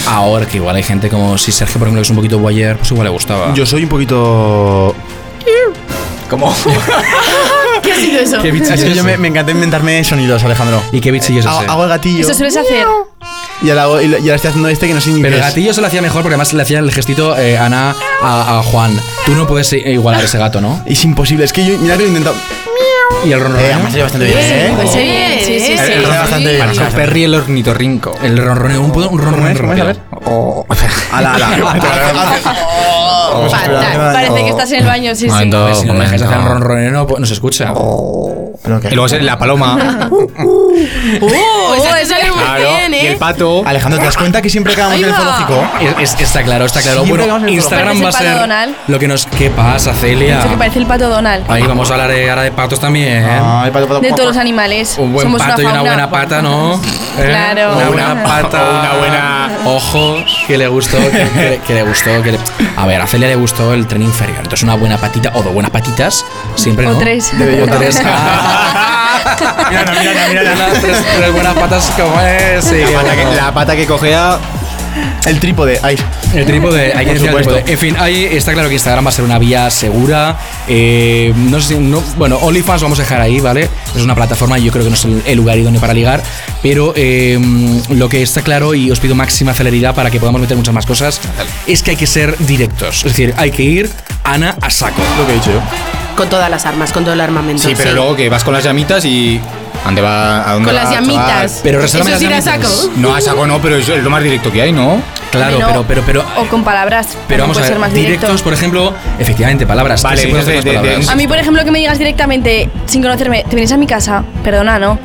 Ahora que igual hay gente como si Sergio, por ejemplo, que es un poquito boyer, pues igual le gustaba.
Yo soy un poquito.
¿Cómo?
¿Qué ha sido eso?
Es que yo me, me encanta inventarme sonidos, Alejandro.
¿Y qué bichillo es
hago,
ese?
hago el gatillo.
Eso sueles hacer.
Y ahora, hago- y lo- y ahora estoy haciendo este que no sé ni
Pero
qué
el
es.
gatillo se lo hacía mejor porque además le hacía el gestito eh, Ana a, a Juan. Tú no puedes eh, igualar ese gato, ¿no?
Es imposible, es que yo, mira que lo he intentado.
Y el ronroneo.
Eh, además sale bastante bien, ¿eh?
Pues sí, sí, sí, sí.
Mariano Perry el ornitorrinco.
El ronroneo, un, poco- un ronroneo.
¿Cómo es? A ver.
Ala, ala.
Oh,
Oh,
Fatal. Parece que estás en el baño, sí, sí.
si no me dejáis hacer el ronroneo, no, pues no se escucha.
Oh.
Y luego sale la
(laughs)
paloma.
Pues,
Uh,
uh,
¡Oh! esa te sale muy
Claro,
bien,
y
¿eh?
el pato.
Alejandro, ¿te das cuenta que siempre acabamos
Ahí
en el
va.
zoológico?
Es- es- está claro, está claro.
Siempre acabamos en
bueno,
el
Instagram va
zoológico.
a ser
Parece el pato Donald.
lo que nos. ¿Qué pasa, Celia?
Eso que parece el pato Donald.
Ahí vamos a hablar eh, ahora de patos también.
De todos los animales.
Un buen
Somos
pato y
una
una
fauna.
buena pata, ¿no? ¿Eh?
(laughs) Claro.
Una buena pata.
o una buena-
Ojos, que le gustó, que, que- que le gustó. que le- A ver, a Celia le gustó el tren inferior. Entonces, una buena patita o dos buenas patitas, siempre
O
no.
tres.
O
(laughs)
tres. (laughs)
Mírala, mírala, mírala.
Una, tres, tres buenas patas como es. Sí,
La pata,
bueno.
que, la pata que cogea el trípode. Ay.
El trípode,
Por
hay que decir el
supuesto.
trípode. En fin, ahí está claro que Instagram va a ser una vía segura. eh, no sé si- no- bueno, OnlyFans vamos a dejar ahí, ¿vale? Es una plataforma y yo creo que no es el, el lugar idóneo para ligar. Pero eh, lo que está claro, y os pido máxima celeridad para que podamos meter muchas más cosas, es que hay que ser directos. Es decir, hay que ir, Ana, a saco.
Lo que he dicho yo.
Con todas las armas, con todo el armamento.
Sí, pero luego que vas con las llamitas y. ¿A dónde va? ¿A dónde
Con
va,
las
chaval?
llamitas.
Pero
Eso
resérvame
es ir a
las llamitas.
saco.
No, a saco no, pero es lo más directo que hay, ¿no?
Claro,
Bueno,
pero, pero, pero.
O con palabras.
Pero
también
vamos a
puede
ver,
ser más directo.
directos, por ejemplo, efectivamente, palabras.
Vale,
¿Qué se puede hacer
de-
con las
de- de-
palabras?
A mí, por ejemplo, que me digas directamente, sin conocerme, ¿te vienes a mi casa? Perdona, ¿no?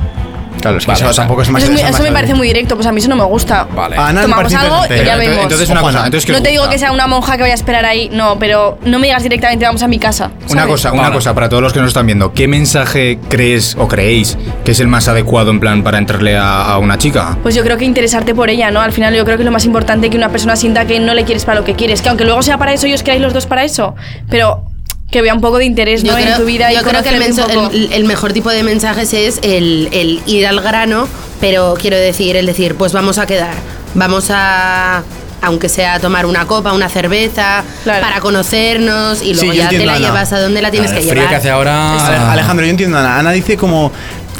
Claro, es que
Vale,
eso
o sea,
tampoco es
Eso, es muy-
más
eso me
alegre.
parece muy directo, pues a mí eso no me gusta.
Vale.
A Ana le
Tomamos
parece
algo
interesante.
y ya
Pero
vemos.
Entonces, una
Ojo,
cosa.
Ana.
Entonces, ¿qué
No
le
te digo
gusta?
que sea una monja que vaya a esperar ahí, no, pero no me digas directamente vamos a mi casa.
Una
¿sabes?
cosa, una
Vale.
cosa, para todos los que nos están viendo, ¿qué mensaje crees o creéis que es el más adecuado en plan para entrarle a, a una chica?
Pues yo creo que interesarte por ella, ¿no? Al final yo creo que es lo más importante que una persona sienta que no le quieres para lo que quieres. Que aunque luego sea para eso y os queráis los dos para eso, pero que vea un poco de interés,
Yo
¿no?
creo,
en tu vida
yo
y
creo que el,
conocerte
menso-
un poco.
el- el mejor tipo de mensajes es el, el ir al grano, pero quiero decir, el decir, pues vamos a quedar, vamos a aunque sea a tomar una copa, una cerveza,
Claro.
para conocernos y
Sí,
luego
yo
ya te
entiendo,
la
Ana.
llevas a donde la tienes
Claro,
que
el frío
llevar.
que hace ahora.
Ale- Alejandro, yo entiendo a Ana. Ana dice como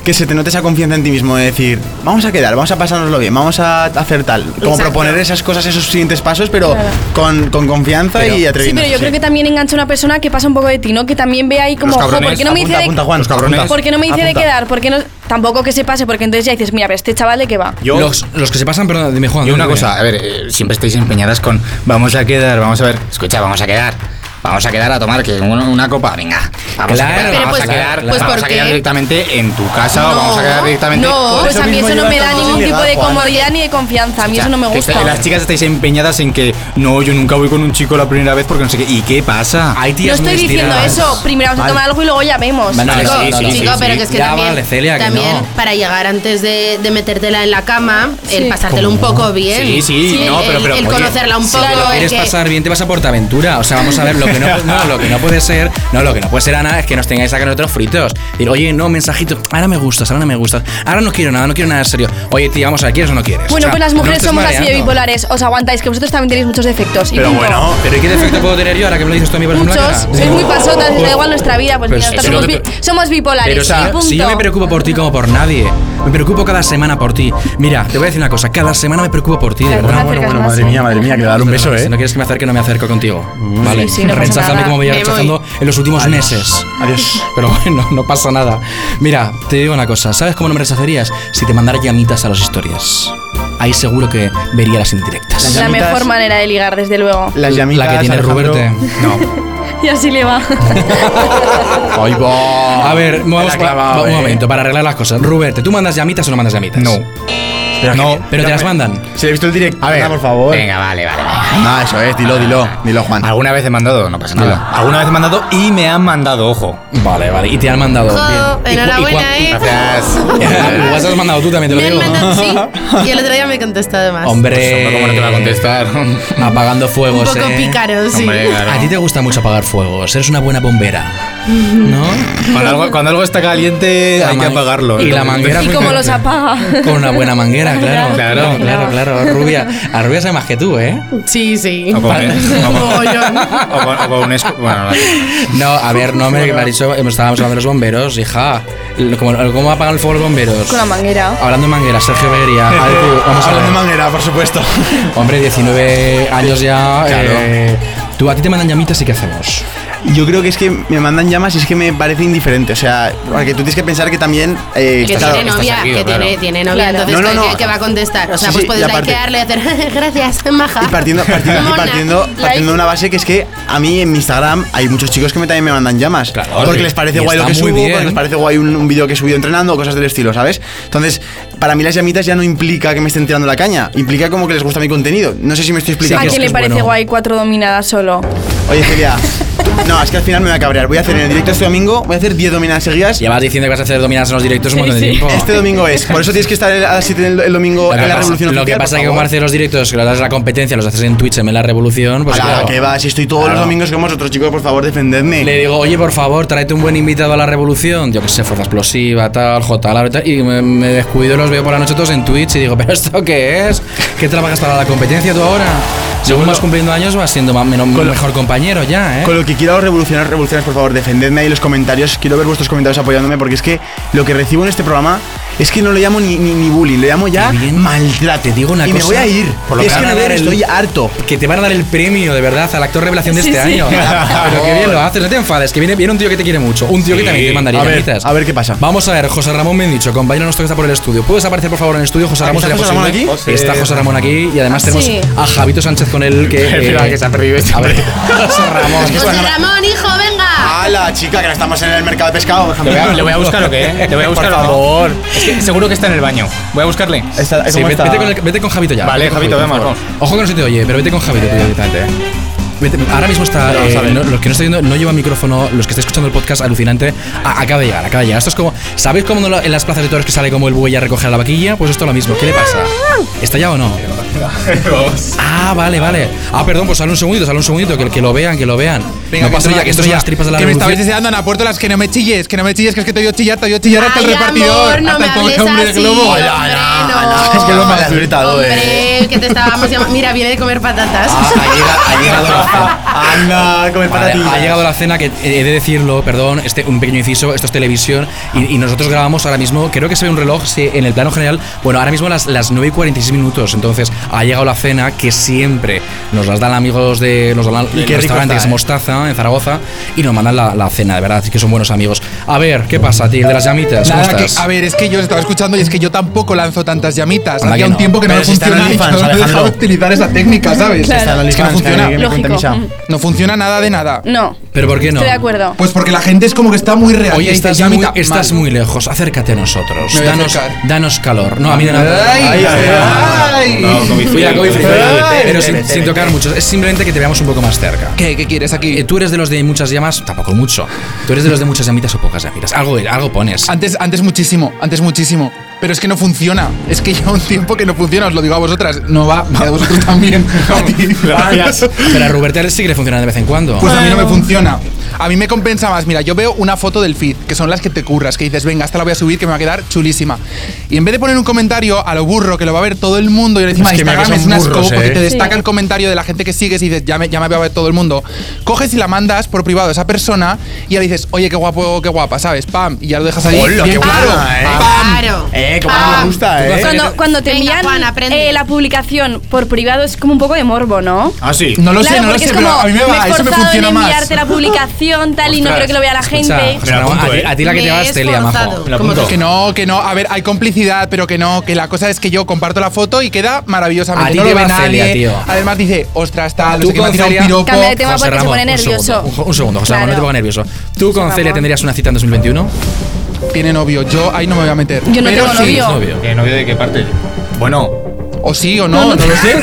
que se te note esa confianza en ti mismo de decir, vamos a quedar, vamos a pasárnoslo bien, vamos a hacer tal. Como
Exacto.
proponer esas cosas, esos siguientes pasos, pero
Claro.
con, con confianza
Pero-
y
Sí,
atreviéndose.
pero yo creo que también engancha a una persona que pasa un poco de ti, ¿no? Que también ve ahí como,
Los
"Jo, ¿por
cabrones,
qué no me dice
Apunta,
de-
apunta, Juan.
Los cabrones.
apunta.
¿Por qué no me dice de
Apunta.
quedar? ¿Por qué no? Tampoco que se pase, porque entonces ya dices, mira, pero este chaval de qué va.
Yo-
Los, los que se pasan, perdón, dime Juan.
Y una
dime.
cosa, a ver, eh, siempre estáis empeñadas con vamos a quedar, vamos a ver, escucha, vamos a quedar. Vamos a quedar a tomar que una, una copa, venga. Vamos
Claro,
a quedar,
pero
vamos
pues-
a quedar,
pues
vamos
¿por
a
qué?
quedar directamente en tu casa o
No,
vamos a quedar directamente.
no,
Por
pues
eso
a mí
mismo
eso no
llevas
me da
tanto
ningún
sin
tipo de
llegar, Juan.
comodidad ni de confianza. A mí eso no me
que
gusta.
está- Las chicas estáis empeñadas en que no, yo nunca voy con un chico la primera vez porque no sé qué. ¿Y qué pasa?
Hay
No
tías muy
estoy diciendo
estiradas.
eso. Primero vamos a tomar algo y luego ya vemos.
Vale,
Chico,
sí, sí,
chico,
sí,
Chico,
sí,
pero
sí.
que es que
Ya
también,
vale, Celia, que
también
no.
para llegar antes de, de metértela en la cama, el
Sí.
pasártelo un poco bien.
Sí, sí, no,
el,
pero- pero,
el
oye,
conocerla un
Si
poco.
lo
el
quieres
que-
pasar bien, te vas a Portaventura. O sea, vamos a ver, lo que no, no, lo que no puede ser, no, lo que no puede ser, Ana, es que nos tengáis acá nosotros fritos. Decir, oye, no, mensajito, ahora me gustas, ahora no me gustas, ahora no quiero nada, no quiero nada serio. Oye, tía, vamos a ver, ¿quieres o no quieres?
Bueno,
O sea,
pues las
no
mujeres
estés
somos así de
mareando.
bipolares. Os aguantáis, que vosotros también tenéis muchos defectos. Y
Pero
punto.
bueno,
Pero ¿y qué defecto puedo tener yo ahora que me lo dices tú a mí, por ejemplo?
Muchos,
Ana?
sois muy pasotas, os da igual nuestra vida, pues
Pero
mira,
sí,
nosotros
pero
somos,
que-
bi- somos bipolares,
Pero o sea,
y punto.
si yo me preocupo por ti como por nadie, me preocupo cada semana por ti. Mira, te voy a decir una cosa, cada semana me preocupo por ti, de
Claro,
verdad.
no te acercas más,
madre
¿eh?
mía, madre mía, que le va a dar un beso,
Si
¿eh? Mm.
no quieres que me acerque, no me acerco contigo.
sí,
Vale,
sí, no pasa
recházame
nada.
como me iba
Me voy.
rechazando en los últimos meses.
Adiós.
Pero bueno, no pasa nada. Mira, te digo una cosa. ¿Sabes cómo no me rechazarías? Si te mandara llamitas a las historias. Ahí seguro que vería las indirectas.
La
llamitas-
mejor manera de ligar, desde luego.
Las llamitas.
La que tiene
Alejandro.
Ruberte. No.
Y así le va.
Ay, va.
A ver, vamos
la
pa-
clavado,
un
eh.
momento, para arreglar las cosas. Ruberte, ¿tú mandas llamitas o no mandas llamitas?
No.
no, pero te las mandan.
Se le he visto el directo.
A ver,
Ana, por favor.
Venga, vale, vale. vale.
Ah, eso es, dilo, dilo. Dilo, Juan.
Alguna vez he mandado, no pasa nada.
Dilo.
Alguna vez he mandado y me han mandado, ojo.
Vale, vale. Y te han mandado.
Oh,
Bien. ¿Y cu- y
enhorabuena,
cuán-
¿eh?
(laughs)
(laughs) Igual te has mandado tú también, te lo
Me han
digo. (laughs)
mandado, sí. Y el otro día me contestó además.
Hombre,
Pues ¿Cómo no te va a contestar?
(laughs) Apagando
un
fuegos,
poco
eh.
pícaro, sí.
Hombre, claro.
A ti te gusta mucho apagar fuegos, eres una buena bombera. ¿No?
Cuando algo, cuando algo está caliente
La
hay que
man-
apagarlo.
Y la
Entonces-
manguera.
y
con-
como los apaga.
Con una
(laughs)
buena manguera, claro.
Claro,
No, claro, claro. Rubia. A Rubia sabe más que tú, ¿eh?
Sí, sí.
O
(laughs)
con, o con-
Mogollón.
o con- o con un escu- bueno, no.
No, a ver, no, hombre, que me ha dicho. Estábamos hablando de los bomberos, hija. ¿Cómo, cómo apagan el fuego los bomberos?
Con la manguera.
Hablando de manguera, Sergio Beguería.
(laughs)
A ver, tú, vamos a
Hablando de
ver.
manguera, por
(laughs)
supuesto.
Ah, Hombre, 19 años ya. eh, tú, a ti te mandan llamitas y ¿qué hacemos?
Yo creo que es que me mandan llamas y es que me parece indiferente. O sea, porque tú tienes que pensar que también. eh,
Que
claro,
tiene novia, que tiene, tiene novia,
Claro.
entonces
No, no,
que-
no.
que va a contestar. O sea,
Sí,
pues
sí,
puedes
y aparte-
likearle y hacer (laughs) gracias, maja.
Y
(laughs)
partiendo, partiendo, y
Mona.
partiendo,
Like.
partiendo de una base que es que a mí en mi Instagram hay muchos chicos que me, también me mandan llamas. porque
sí.
les parece
Y
guay lo
está
que
muy
subo,
bien.
porque les parece guay un, un vídeo que he subido entrenando o cosas del estilo, ¿sabes? Entonces, para mí las llamitas ya no implica que me estén tirando la caña, implica como que les gusta mi contenido. No sé si me estoy
¿A
explicando.
quién le parece guay cuatro dominadas solo?
Oye,
(laughs)
Celia. No, es que al final me voy a cabrear. Voy a hacer en el directo este domingo, voy a hacer 10 dominadas seguidas.
Llevas diciendo que vas a hacer dominadas en los directos un montón de tiempo.
Este domingo es, por eso tienes que estar a las 7 el, el domingo
Lo que
en la
pasa-
revolución.
Lo que
Oficial,
pasa es
por
que como
favor.
haces los directos, que lo das a la competencia, los haces en Twitch, en la revolución, pues
Ala,
claro.
que va, si estoy todos
Claro.
los domingos con vosotros, chicos, por favor, defendedme.
Le digo, oye, por favor, tráete un buen invitado a la revolución. Yo que sé, Fuerza Explosiva, tal, J, Laura y tal. Y me, me descuido, los veo por la noche todos en Twitch y digo, ¿pero esto qué es? ¿Qué trabajas para la competencia tú ahora? Según vas cumpliendo años, vas siendo más, menos, mejor compañero ya, ¿eh?
Con lo que quiero revolucionar, revoluciones, por favor, defendedme ahí en los comentarios. Quiero ver vuestros comentarios apoyándome porque es que lo que recibo en este programa es que no lo llamo ni, ni, ni bullying, lo llamo ya maltrato. Te digo
Una
y me
cosa,
voy a ir.
por lo
es
que
que
van a
me
dar
voy a ir,
el-
estoy harto.
Que te van a dar el premio, de verdad, al actor revelación de
Sí,
este
sí. (laughs)
año. Pero que bien lo haces, no te enfades, que viene, viene un tío que te quiere mucho. Un tío que
Sí.
también te mandaría
A ver,
llamitas.
a ver qué pasa.
Vamos a ver, José Ramón me han dicho, compañero nuestro que está por el estudio. ¿Puedes aparecer por favor en el estudio? José Ramón,
¿Está
¿sería
José Ramón
posible?
aquí? José-
Está José Ramón aquí y además
Ah,
tenemos
sí.
a Javito Sánchez con él que.
(laughs)
eh,
Espera, que se ha perdido este
A ver, José Ramón.
José Ramón, hijo, venga.
¡Hala, Ah, chica, que ahora estamos en el mercado de pescado!
Le voy a, le voy a buscar
(laughs)
o qué, ¿eh? Le voy a buscar.
Por
o no.
favor.
Es que seguro que está en el baño. Voy a buscarle.
Está,
Sí, vete, vete con el- vete con Javito ya.
Vale,
Vete con
Javito,
por
vamos,
favor. Ojo que no se te oye, pero vete con Javito tú directamente. ¿eh? Vete- ahora mismo está.
Vamos
eh,
a ver.
no- los que no estáis viendo no lleva micrófono. Los que estáis escuchando el podcast alucinante a- acaba de llegar, acaba de llegar. Esto es como. ¿Sabéis cómo en la- en las plazas de toros que sale como el buey a recoger a la vaquilla? Pues esto es lo mismo. ¿Qué le pasa? ¿Está ya o no? Ah, vale, vale. Ah, perdón, pues sale un segundito, sale un segundito, que, que lo vean, que lo vean. no pasa nada, que esto son las tripas de la
Que me
revolución.
estabais deseando, Ana Puerto, las que no me chilles, que no me chilles, que es que te oigo chillar, te oigo chillar hasta el
Ay,
repartidor.
amor, no
hasta
me
el pobre
hables
hombre de
así,
globo.
hombre, no.
Es que lo más
Hombre, que te estábamos llamando. Mira, viene de comer patatas.
Ha llegado la cena. Anda, come
Vale,
patatillas.
ha llegado la cena que eh, he de decirlo, perdón, este un pequeño inciso, esto es televisión y, y nosotros grabamos ahora mismo, creo que se ve un reloj sí, en el plano general, bueno, ahora mismo las, las 9 y 46 minutos, entonces ha llegado la cena que siempre nos las dan amigos de nos dan
Y
el
qué rico
restaurante
está,
que es
eh.
Mostaza en Zaragoza y nos mandan la, la cena, de verdad, así que son buenos amigos. A ver, ¿qué pasa, tío? De las llamitas, ¿cómo
Nada, que-
estás?
a ver, es que yo os estaba escuchando y es que yo tampoco lanzo tantas llamitas.
Anda
Hacía
que
un
no.
tiempo que no
Pero
me
si está en
funcionaba y
OnlyFans,
no me dejaba
Alejandro.
utilizar esa técnica, ¿sabes?
Claro. Está en
Es que no
OnlyFans,
funciona.
que me cuente Lógico. Misa.
No funciona nada de nada.
No.
¿Pero por qué no?
Estoy de acuerdo.
Pues porque la gente es como que está muy real.
Oye,
y dice,
estás, muy,
"Llamita,
estás
mal".
muy lejos, acércate a nosotros.
Me voy a
Danos,
acercar.
danos calor. No, a mí no.
Ay, ay, ay.
No,
Covid free,
Mira, Covid
Covid
free.
free.
Pero
Ay.
sin, sin tocar mucho. Es simplemente que te veamos un poco más cerca.
¿Qué, qué quieres aquí?
Eh, Tú eres de los de muchas llamas, tampoco mucho. Tú eres de los de muchas llamitas o pocas llamitas. Algo, algo pones.
Antes, antes muchísimo, antes muchísimo. Pero es que no funciona. Es que lleva un tiempo que no funciona, os lo digo a vosotras. No va, va a vosotros (laughs) también. A ti. (laughs)
Pero a Rubertel sí que le funciona de vez en cuando.
Pues a mí no me funciona. A mí me compensa más. Mira, yo veo una foto del feed, que son las que te curras, que dices, venga, esta la voy a subir, que me va a quedar chulísima. Y en vez de poner un comentario a lo burro, que lo va a ver todo el mundo, y encima
Es que mira que
Instagram
son
es un asco,
burros,
porque
¿eh?
te destaca
Sí.
el comentario de la gente que sigues y dices, ya me, ya me va a ver todo el mundo. Coges y la mandas por privado a esa persona y ya dices, oye, qué guapo, qué guapa, ¿sabes? Pam, y ya lo dejas ahí.
Hola,
bien
qué
claro.
guapa, ¿eh?
Pam.
Claro.
Eh, como me gusta, eh.
Cuando, cuando te
Venga,
envían
Juan, aprende.
eh, la publicación por privado es como un poco de morbo, ¿no?
Ah, sí.
No lo sé,
Claro,
no lo
porque
sé,
es
pero
como,
a mí me
he
va, eso me
esforzado
funciona
en
más.
enviarte la publicación tal y no
Ostras,
creo que lo vea la
Escucha,
gente.
José Ramón,
apunto,
a, ti,
eh.
a ti la que
Me
te va
he
es Celia, majo.
esforzado.
Me lo
Como
apunto.
Que no, que no. A ver, hay complicidad, pero que no, que la cosa es que yo comparto la foto y queda maravillosamente.
A ti
no
te
lo ve
va Celia,
nadie.
tío.
Además dice, ostras, tal, no
Tú
sé qué, me ha
con
tirado un
Celia-
piropo.
Cambia de tema
José
porque se
Ramón,
pone
Un
nervioso.
segundo, un- un segundo, José Ramón, no te
Claro.
pongas nervioso. ¿Tú con
Ramón.
Celia tendrías una cita en 2021?
Tiene novio, yo ahí no me voy a meter.
Yo no
Pero
tengo
sí.
novio.
Novio.
¿Eh, ¿Novio de qué parte? Bueno,
O sí o no, no, lo
(laughs)
sé.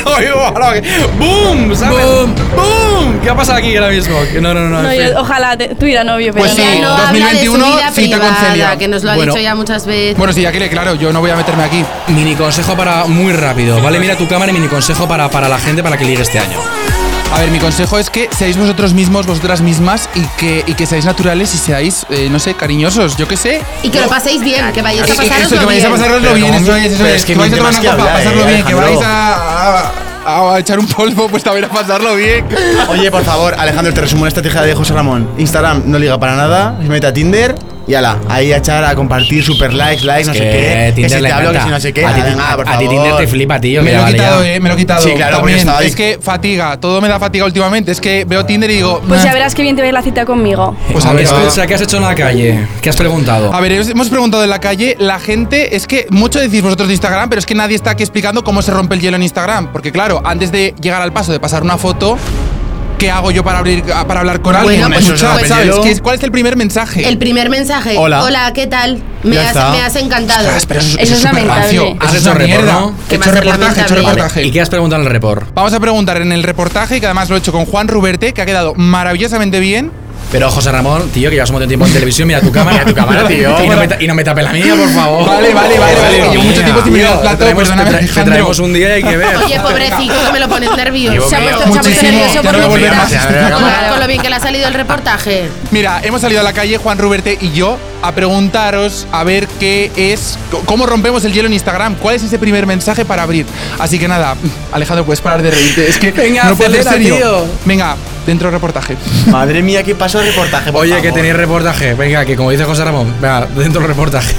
¡Boom! ¿Sabes? ¡Boom! ¡Boom! ¿Qué ha pasado aquí ahora mismo? Que No, no, no.
No,
en fin.
yo- ojalá te- tuviera novio, pero
Pues sí,
no.
Ya no habla
2021,
de su vida
cita con
privada,
Celia.
que nos lo ha
Bueno.
dicho ya muchas veces.
Bueno, sí, ya que le, claro, yo no voy a meterme aquí.
Mini consejo para muy rápido, ¿vale? Mira tu cámara y mini consejo para, para la gente para que ligue este año.
A ver, mi consejo es que seáis vosotros mismos, vosotras mismas, y que, y que seáis naturales y seáis, eh, no sé, cariñosos, yo qué sé.
(laughs) y que lo paséis bien, que vayáis a
Eh, eh,
pasaroslo
Eso, que vais a
bien.
pasarlo
Pero
bien,
como
eso
mi-
es, eso
pero
es.
es que
Que vais a
mi
tomar
tema
una
es que
copa, a
hablar,
pasarlo
eh,
bien, que vais
Alejandro.
a,
Ah,
a- a echar un polvo, pues también a pasarlo bien.
Oye, por favor, Alejandro, te resumo la estrategia de José Ramón. Instagram no liga para nada, se mete a Tinder Y ala, ahí a echar a compartir, super likes, likes, no
Es
sé
que
qué. Que
Tinder
si
le
te hablo, que
encanta.
si no sé qué.
A ti-
ala, venga,
a-
por
a ti Tinder
favor.
te flipa, tío,
Me
que
lo he
vale,
quitado,
ya.
eh, me lo he quitado.
Sí, claro, porque
También,
estaba ahí.
Es que fatiga, todo me da fatiga últimamente. Es que veo Tinder y digo.
Pues ya
"Nah".
verás que bien te va a ir la cita conmigo.
Pues a ver, escucha, ¿qué has hecho en la calle? ¿Qué has preguntado?
A ver, os hemos preguntado en la calle, la gente, es que mucho decís vosotros de Instagram, pero es que nadie está aquí explicando cómo se rompe el hielo en Instagram. Porque claro, antes de llegar al paso de pasar una foto, ¿qué hago yo para, abrir, para hablar con
Bueno,
alguien?
pues
Escuchad,
eso es rompe el
¿sabes?
hielo.
¿Qué es- ¿Cuál es el primer mensaje?
El primer mensaje.
Hola.
¿qué tal? Me,
Ya
has,
está.
me has encantado.
Ostras, pero eso es- eso es
Has
Haz una
hecho report,
mierda.
¿no?
Que va a ser lamentable.
¿Y qué has preguntado en el report?
Vamos a preguntar en el reportaje, que además lo he hecho con Juan Ruberte, que ha quedado maravillosamente bien.
Pero José Ramón, tío, que llevas un montón de tiempo en televisión, mira tu cámara, mira tu cámara, tío. (laughs) Y no, me, ta- y no me tape la mía, por favor.
Vale, vale, vale, vale, que llevo mucho tiempo sin mirar el
Tío,
plato,
te traemos-
perdóname,
te tra- Te
Alejandro.
traemos un día y hay que ver.
Oye, pobrecito, que me lo pones nervioso.
Dios
Se ha
mío.
puesto- se ha puesto
Muchísimo.
nervioso
Ya
por lo
no voy a
que
volver más a hacer la cámara.
Con lo bien que le ha salido el reportaje.
este Mira, hemos salido a la calle Juan Ruberte y yo a preguntaros a ver qué es, c- cómo rompemos el hielo en Instagram, cuál es ese primer mensaje para abrir. Así que nada, (laughs) Alejandro, puedes parar de reírte.
(laughs)
Es que
Venga,
no puedo ser serio.
acelera, tío.
Venga, dentro reportaje.
Madre mía, qué paso de reportaje. por
Oye, que
favor.
tenéis reportaje. Venga, que como dice José Ramón, venga, dentro del reportaje.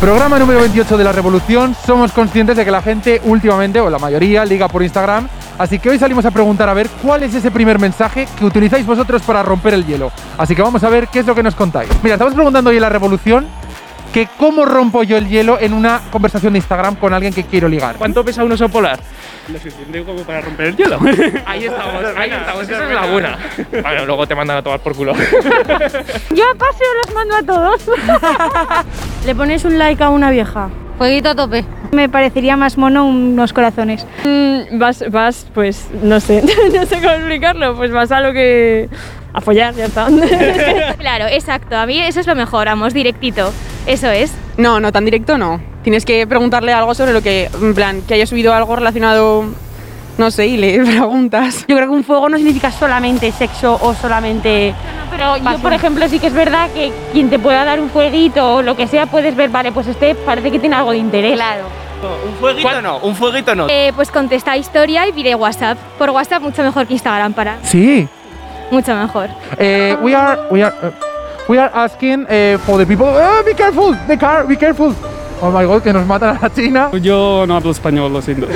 Programa número 28 de la Revolución. Somos conscientes de que la gente últimamente, o la mayoría, liga por Instagram. Así que hoy salimos a preguntar a ver cuál es ese primer mensaje que utilizáis vosotros para romper el hielo. Así que vamos a ver qué es lo que nos contáis. Mira, estamos preguntando hoy en la Revolución que cómo rompo yo el hielo en una conversación de Instagram con alguien que quiero ligar. ¿Cuánto pesa un oso polar?
Lo suficiente como para romper el hielo.
Ahí estamos,
(laughs) ahí
estamos,
esa es la buena.
Bueno, luego te mandan a tomar por culo.
(laughs) Yo a paseo los mando a
(laughs)
todos. Le pones un like a una vieja. Fueguito a tope. Me parecería más mono unos corazones.
Mm, vas, vas, pues no
(laughs)
sé, no sé cómo explicarlo, pues vas a lo que. a follar, ya está.
Claro, exacto. A mí eso es lo mejor, vamos, directito. Eso es.
(laughs) No, no, tan directo no. Tienes que preguntarle algo sobre lo que, en plan, que haya subido algo relacionado, no sé, y le (laughs) preguntas.
Yo creo que un fuego no significa solamente sexo o solamente.
Pero yo, por ejemplo, sí que es verdad que quien te pueda dar un fueguito o lo que sea, puedes ver, vale, pues este parece que tiene algo de interés. Claro.
Un fueguito no, un fueguito no.
pues contesta historia y pide WhatsApp. Por WhatsApp mucho mejor que Instagram para.
Sí.
Mucho mejor.
Eh, we are, we are, eh, we are asking eh, for the people. Ah, be careful, the car, be careful. Oh my god, que nos matan a la China.
Yo no hablo español, lo siento.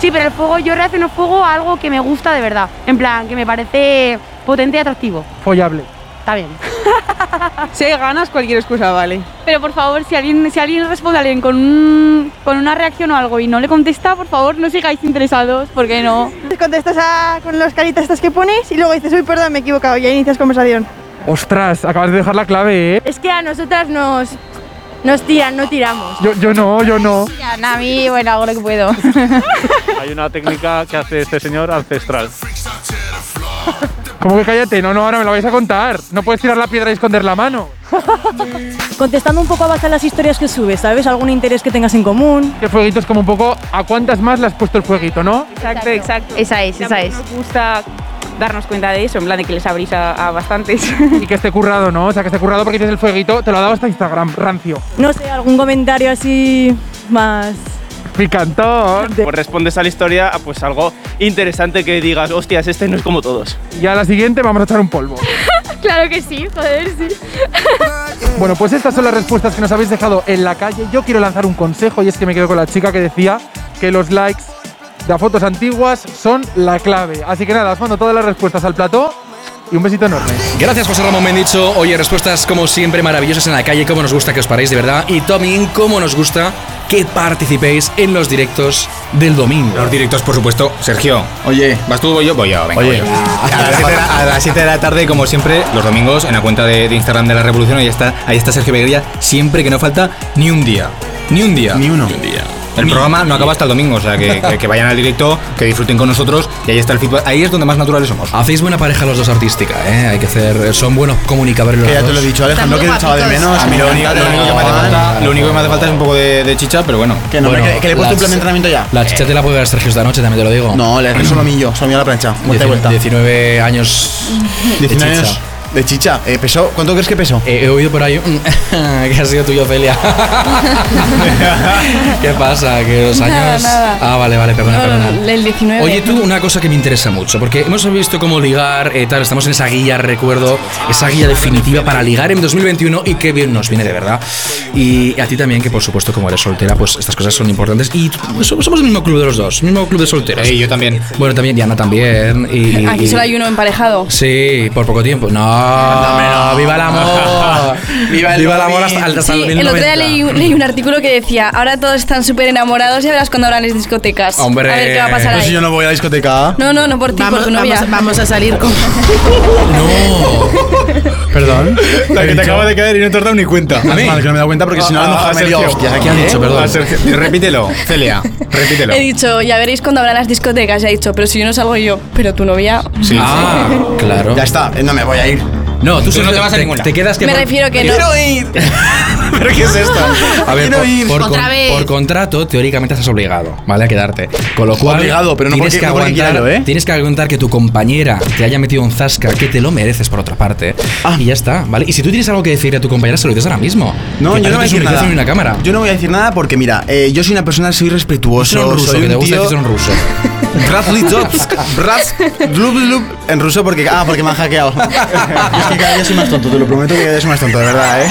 Sí, pero el fuego, yo reacciono fuego a algo que me gusta de verdad. En plan, que me parece potente y atractivo.
Follable.
Está bien.
(laughs) Si hay ganas, cualquier excusa vale. Pero por favor, si alguien, si alguien responde a alguien con, un- con una reacción o algo y no le contesta, por favor, no sigáis interesados, porque no.
Contestas a, con los caritas estas que pones y luego dices, uy, perdón, me he equivocado, y ya inicias conversación.
Ostras, acabas de dejar la clave, eh.
Es que a nosotras nos, nos tiran, no tiramos.
Yo, yo no, yo no.
a mí, bueno, hago lo que puedo.
Hay una técnica que hace este señor ancestral.
Como que cállate, no, no, ahora me lo vais a contar. No puedes tirar la piedra y esconder la mano.
Contestando un poco a base a las historias que subes, ¿sabes? Algún interés que tengas en común.
Que fueguito es como un poco, ¿a cuántas más le has puesto el fueguito, no?
Exacto, exacto.
Esa es, esa
También
es.
Nos gusta darnos cuenta de eso, en plan de que les abrís a, a bastantes.
Y que esté currado, ¿no? O sea, que esté currado porque dices el fueguito, te lo ha dado hasta Instagram, rancio.
(laughs) No sé, algún comentario así
(laughs)
más...
Picantón.
Pues respondes a la historia a pues algo interesante que digas, hostias, este no es como todos.
Y a la siguiente vamos a echar un polvo.
claro que sí, joder, sí.
Bueno, pues estas son las respuestas que nos habéis dejado en la calle. Yo quiero lanzar un consejo y es que me quedo con la chica que decía que los likes de a fotos antiguas son la clave. Así que nada, os mando todas las respuestas al plató y un besito enorme.
Gracias, José Ramón Mendicho. Oye, respuestas como siempre maravillosas en la calle, como nos gusta que os paréis de verdad. Y también como nos gusta que participéis en los directos del domingo.
Los directos, por supuesto, Sergio.
Oye.
¿Vas tú, voy yo? Voy yo, venga. voy
Oye.
yo. A las siete de la- a las 7 de la tarde, como siempre, los domingos, en la cuenta de, de Instagram de La Revolución, ahí está, ahí está Sergio Beguería, siempre que no falta ni un día. Ni un día. Ni uno. El programa no acaba hasta el domingo, o sea, que, que- que vayan al directo, que disfruten con nosotros, y ahí está el feedback. Ahí es donde más naturales somos.
Hacéis buena pareja los dos artística, ¿eh? Hay que hacer... Son buenos comunicadores los
Que ya te
dos.
lo he dicho, Alejandro, Están muy que echaba de guapitos. menos.
A mí lo
Lo
único,
único- lo único que me hace falta- lo único que me hace falta es un poco de, de chicha, pero bueno.
no, hombre,
Bueno,
que- que le he puesto un
las-
plan de entrenamiento
ya.
La chicha te la puede dar Sergio esta noche, también te lo digo.
No, le solo a mí yo, solo a mí a la plancha. Vuelta y vuelta.
19 años. de
19
chicha. Eh,
años. De chicha. Eh, ¿Pesó? ¿Cuánto crees que pesó?
he oído por ahí un (laughs) que ha sido tuyo, (laughs) Celia. ¿Qué pasa? Que los años.
Nada, nada.
Ah, vale, vale, perdona,
No,
perdona.
no, no, el 19.
Oye, tú, una cosa que me interesa mucho, porque hemos visto cómo ligar, eh, tal, estamos en esa guía, recuerdo, esa guía definitiva para ligar en 2021 y qué bien nos viene de verdad. Y a ti también, que por supuesto, como eres soltera, pues estas cosas son importantes. Y tú- so- somos el mismo club de los dos, mismo club de solteros. Y yo también. Bueno, también, Diana también. Y,
(laughs)
y-
Aquí solo hay uno emparejado.
Sí, por poco tiempo. No, viva el amor. (laughs) viva el, amor hasta, hasta el
El otro día
2090.
leí, un- leí un artículo que decía, ahora todos están súper enamorados y verás cuando abran las discotecas.
Hombre.
A ver qué va a pasar
Pues si
ahí.
yo no voy a la discoteca.
No, no, no por ti, por tu novia.
vamos- vamos a salir
(laughs)
con...
Oh, (laughs) Perdón.
La que te acaba de
caer y no te has dado ni cuenta. Ah,
¿A mí?
Mal que no me he dado cuenta porque si no, a lo mejor me he liado
Sergio.
hostias. aquí.
¿Qué han
¿eh?
dicho, perdón? (laughs) Repítelo, Celia, repítelo.
He dicho, ya veréis cuando abran las discotecas. Y ha dicho, pero si yo no salgo yo, pero tu novia.
Ah, claro. Ya
está, eh, no me voy a ir.
No, tú,
Tú
solo
no te vas a
te,
ninguna.
te quedas que
Me
por-
refiero que no.
Quiero ir.
¿Pero qué es esto? A ver,
Quiero
por,
ir.
por
Otra
con-
vez.
por contrato, teóricamente estás obligado, ¿vale? A quedarte. Con lo cual.
Obligado, pero no
tienes
porque-
que
no porque
aguantar,
quiera yo, ¿eh?
Tienes que aguantar que tu compañera te haya metido un zasca, que te lo mereces por otra parte.
Ah.
Y ya está, ¿vale? Y si tú tienes algo que decirle a tu compañera, se lo dices ahora mismo.
No,
Que para
yo no voy a
eso
decir
tienes un
nada.
micrófono y una cámara.
Yo no voy a decir nada porque, mira, eh, yo soy una persona, soy respetuoso.
Díselo en ruso,
soy
que
un
te gusta
tío-
decirlo en
(laughs)
ruso.
Brazlitovsk, Braz, blub, blub, en ruso porque. Ah, porque me han hackeado. es que cada día soy más tonto, te lo prometo que cada día soy más tonto, de verdad, ¿eh?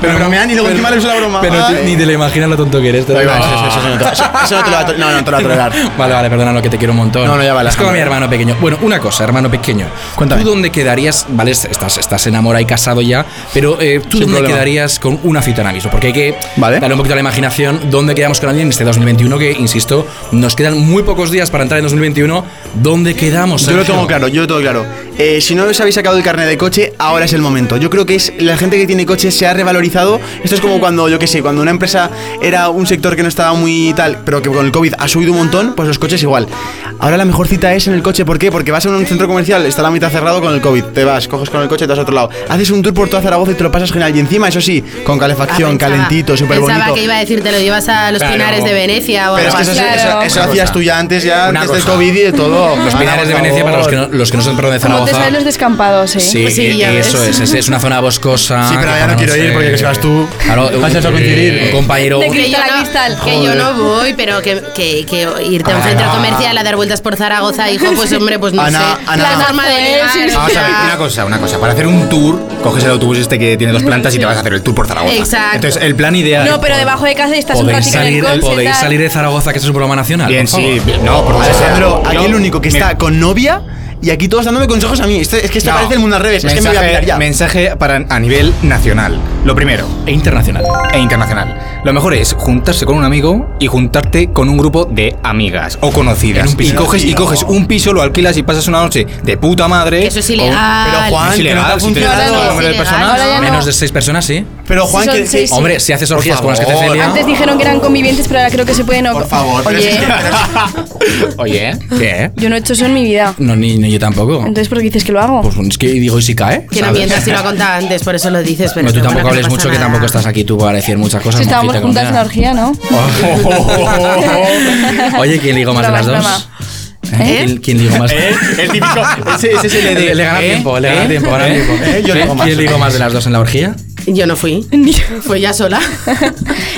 pero bromean y luego encima le uso la broma.
Pero
Ay.
te- ni te lo imaginas lo tonto que eres. te lo
Ahí va,
digo.
eso- eso- eso no te- eso- eso no te lo va a to- no, no te lo va a tolerar.
Vale, vale, perdona lo que te quiero un montón.
No, no, ya vale.
Es como mi hermano pequeño. Bueno, una cosa, hermano pequeño. ¿Tú dónde quedarías? Vale, estás, estás enamorado y casado ya, pero eh, ¿tú
Sin
dónde
problema.
quedarías con una cita ahora mismo? Porque hay que darle un poquito a la imaginación dónde quedamos con alguien en este 2021, que insisto, nos quedan muy pocos días para entrar en 2021. ¿Dónde quedamos?
Yo lo
Sergio?
tengo claro, yo lo tengo claro. Eh, si no os habéis sacado el carnet de coche, ahora es el momento. Yo creo que es la gente que tiene coche se ha revalorizado. Esto es como cuando, yo qué sé, cuando una empresa era un sector que no estaba muy tal, pero que con el COVID ha subido un montón, pues los coches igual. Ahora la mejor cita es en el coche, ¿por qué? Porque vas a un centro comercial, está la mitad cerrado con el COVID, te vas, coges con el coche, te vas a otro lado. Haces un tour por toda Zaragoza y te lo pasas genial. Y encima, eso sí, con calefacción, calentito, súper bonito.
Pensaba que iba a decir, te lo llevas a los
Claro.
pinares de Venecia o
Pero es
algo
que eso,
así.
eso- eso
Una
hacías
cosa.
tú ya antes, ya
Una
antes del
cosa.
COVID y de todo.
Los
Ana,
pinares de
Ah, por
Venecia, para los que,
favor.
no, los que no son perdón, de
Como te
Zaragoza.
sabes los descampados, ¿eh?
Sí, eh, eso es, es, es una zona boscosa.
Sí, pero
que
ya no
para
quiero
sé.
ir porque si vas tú,
Claro,
vas a coincidir.
un compañero.
Que yo no- Que yo no voy, pero que, que- que irte a un
Ana.
centro comercial a dar vueltas por Zaragoza, hijo,
(laughs)
pues hombre, pues no
Ana,
sé.
Ana.
La forma de ligar, o
Vamos a
sea,
ver, Ah, una cosa, una cosa. Para hacer un tour, coges el autobús este que tiene dos plantas y te vas a hacer el tour por Zaragoza.
Mm, Exacto.
Entonces, el plan ideal.
No, pero debajo de casa estás un
Podéis
ratito en el
salir,
coche. y
podéis
tal.
salir de Zaragoza, que es su programa nacional.
Bien,
por favor.
sí, bien. No, por
Alejandro, aquí el único que está con novia y aquí todos dándome consejos a mí. Esto- es que esto
No.
parece el mundo al revés. es que me voy a pirar ya.
Mensaje para, a nivel nacional. Lo primero.
E internacional.
E internacional. Lo mejor es juntarse con un amigo y juntarte con un grupo de amigas o conocidas.
En un piso.
Y coges, y
No.
coges un piso, lo alquilas y pasas una noche de puta madre.
Eso es
O-
ilegal.
Pero Juan,
Es
que
ilegal,
no te ha
si tienes
funcionado.
menos de
Ahora
seis
ya no.
personas,
Ahora ya no.
Menos de seis personas, sí.
Pero
Juan, son que- seis, sí.
Hombre, si haces orgías con las que hace
favor.
Celia.
Antes dijeron que eran convivientes, pero ahora creo que se pueden... Por
favor.
Oye,
Oye, ¿qué?
(laughs) yo no he hecho eso en mi vida.
No, ni, ni yo tampoco.
Entonces, ¿por qué dices que lo hago?
Pues es que digo, ¿y si cae?
Que no
¿Sabes?
mientas si (laughs) lo ha contado antes, por eso lo dices. Pero
No, tú
bueno,
tampoco
no
hables
pasa
mucho, que
nada.
tampoco estás aquí tú para decir muchas cosas.
Si estábamos
monjita
juntas en la
condena.
orgía, ¿no?
(laughs)
(laughs)
Oh, Oye, ¿quién ligó más de las
Broma, es
dos? ¿Eh? ¿Quién, quién ligó más?
¿Eh? El típico. Ese, ese es el
(laughs)
de.
Le, le gana
¿eh?
tiempo, le gana
¿eh?
tiempo, gana
¿eh?
tiempo.
¿eh? Yo
¿Quién-
digo más.
¿Quién ligó más de las dos en la orgía?
(laughs) Yo no
(laughs)
fui. Fue ya sola.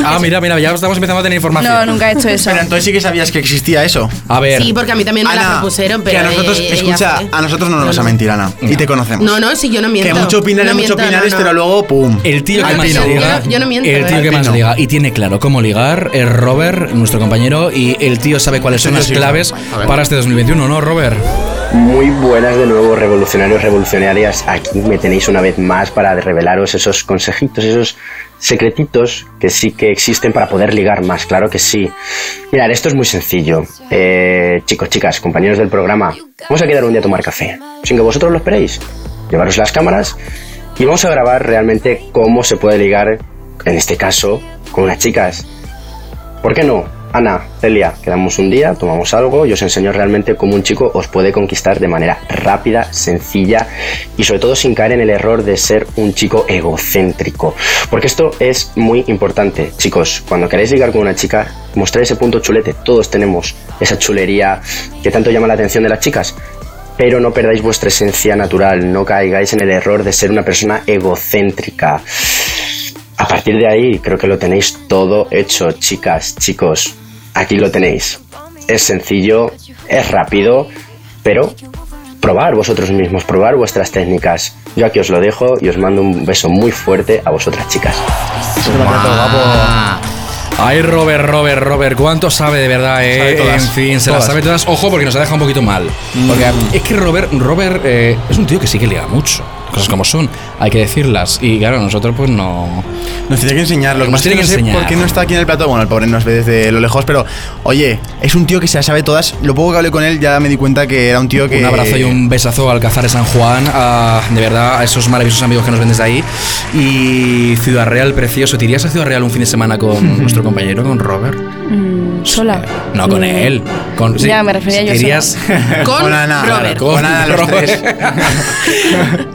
Ah, mira, mira, ya estamos empezando a tener información.
No, nunca he hecho eso.
Pero entonces sí que sabías que existía eso.
A ver.
Sí, porque a mí también me la
Ana,
propusieron,
que
pero.
a nosotros,
ella
escucha,
fue.
a nosotros no nos vas a mentir, Ana. Y te conocemos.
No, no, sí, yo no miento.
que mucho opinan,
No
mucho
miento, no,
opinales,
no.
pero luego, pum.
El tío que
Al
más
pino.
liga.
Yo no- yo no miento,
el tío
eh.
que
Al
más
pino.
liga. Y tiene claro cómo ligar. Es Robert, nuestro compañero. Y el tío sabe cuáles son las claves para este 2021, ¿no, Robert?
Muy buenas de nuevo, revolucionarios, revolucionarias. Aquí me tenéis una vez más para revelaros esos consejitos, esos secretitos que sí que existen para poder ligar más, claro que sí. Mirad, esto es muy sencillo. Eh, chicos, chicas, compañeros del programa, vamos a quedar un día a tomar café, sin que vosotros lo esperéis. Llevaros las cámaras y vamos a grabar realmente cómo se puede ligar, en este caso, con las chicas. ¿Por qué no? Ana, Celia, quedamos un día, tomamos algo y os enseño realmente cómo un chico os puede conquistar de manera rápida, sencilla y sobre todo sin caer en el error de ser un chico egocéntrico. Porque esto es muy importante, chicos. Cuando queréis ligar con una chica, mostrar ese punto chulete. Todos tenemos esa chulería que tanto llama la atención de las chicas pero no perdáis vuestra esencia natural, no caigáis en el error de ser una persona egocéntrica. A partir de ahí, creo que lo tenéis todo hecho, chicas, chicos. Aquí lo tenéis. Es sencillo, es rápido, pero probar vosotros mismos, probar vuestras técnicas. Yo aquí os lo dejo y os mando un beso muy fuerte a vosotras, chicas.
Ah. Ay, Robert, Robert, Robert, ¿cuánto sabe de verdad, eh?
Sabe todas.
en fin,
Todas.
se
Mm.
las sabe todas. Ojo, porque nos ha dejado un poquito mal. Porque es que Robert, Robert eh, es un tío que sí que liga mucho. Cosas como son, hay que decirlas. Y claro, nosotros pues no.
Nos tiene que enseñar. Lo que
Nos
pasa es
tiene
que no
que
sé
enseñar.
por qué no está aquí en el plato. Bueno, el pobre nos ve desde lo lejos, pero oye, es un tío que se las sabe todas. Lo poco que hablé con él ya me di cuenta que era un tío que.
Un abrazo y un besazo al Alcazar de San Juan, a- de verdad, a esos maravillosos amigos que nos ven desde ahí. Y Ciudad Real, precioso. ¿Te irías a Ciudad Real un fin de semana
(laughs)
con nuestro compañero, con Robert?
Mm, sola.
Eh, No, con él. Con,
Ya, me refería yo
¿te irías- (laughs)
Con Con Ana, Robert.
Claro,
con Ana,
(laughs)
los
Robert.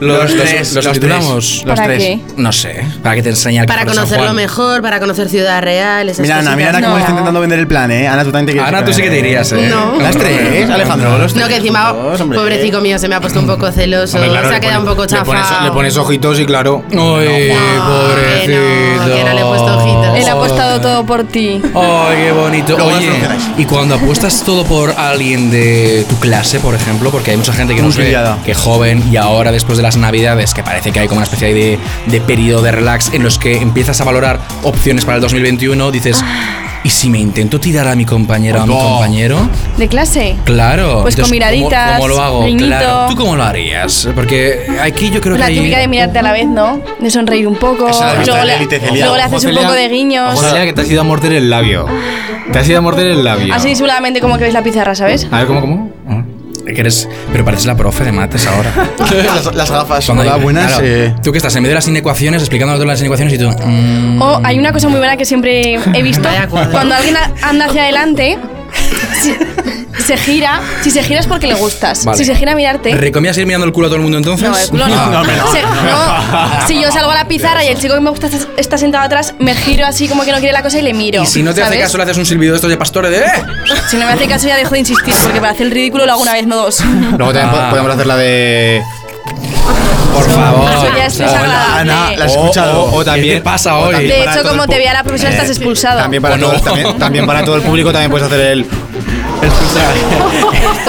los, los-
Los tres,
los
los
titulamos.
tres. Los
¿Para tres. qué?
No sé, para que te enseñe el
Para
Alcázar de San
conocerlo
Juan.
mejor, para conocer Ciudad Real, esas
Mira, Ana, mira Ana
cositas.
cómo está intentando vender el plan, ¿eh? Ana, tú también te quieres.
Ana, tú sí que te irías, ¿eh? No.
Las tres, Alejandro, los tres.
No, que encima,
juntos, hombre. ¿eh?
pobrecito mío, se me ha puesto un poco celoso,
Hombre, claro,
se ha
le
quedado un
pone-
poco
Le pones,
chafado.
le pones ojitos y claro.
Ay, pobrecito.
Él ha apostado todo por ti.
Oh. Ay, qué bonito.
Luego
Oye, y cuando apuestas todo por alguien de tu clase, por ejemplo, porque hay mucha gente que
Muy
nos ve
pillada.
que joven y ahora después de las navidades, que parece que hay como una especie de, de periodo de relax en los que empiezas a valorar opciones para el 2021, dices,
Ah.
¿y si me intento tirar a mi compañera o a mi
Ojo.
compañero?
¿De clase?
Claro.
Pues con
Entonces, ¿cómo-
miraditas,
¿Cómo, lo hago?
guiñito.
Claro. ¿Tú cómo lo harías? Porque aquí yo creo
la
que hay...
típica de mirarte a la vez, ¿no? De sonreír un poco.
Esa es la
Luego,
de
le-
élite, Celia.
luego le haces un
Celia.
poco de guiños.
Ojo, Celia, que te has ido a morder el labio. Te has ido a morder el labio.
Así disimuladamente como que veis la pizarra, ¿sabes?
A ver, ¿cómo, cómo?
Ah. Que eres, pero pareces la profe de
(laughs)
mates ahora.
las, las gafas.
Cuando
Hola,
hay-
buenas.
claro,
eh.
Tú que estás en medio de las inecuaciones, explicando todas las inecuaciones y tú. mm,
O hay una cosa muy buena que siempre he visto. Cuando alguien a- anda hacia adelante, si- se gira. Si se gira es porque le gustas.
Vale.
Si se gira a mirarte.
¿Recomiendas ir mirando el culo a todo el mundo entonces?
No, el culo no.
Ah.
Se- no, si yo salgo a la pizarra y el chico que me gusta está, está sentado atrás, me giro así como que no quiere la cosa y le miro.
(laughs) Y si no te hace
¿sabes?
caso, le haces un silbido de estos de pastores de. "Eh".
Si no me hace caso, ya dejo de insistir, porque para hacer el ridículo lo hago una vez, no
(laughs)
dos.
Luego también
Ah.
po- podemos hacer la de. Por favor.
Eso ya es
O sea,
desagradable.
Ana, ¿la has
O-
escuchado?
o- o
también. ¿Qué pasa hoy?
De hecho, como te vea la
Eh,
profesora, estás expulsado.
También para, todo, también, también para todo el público también puedes hacer el.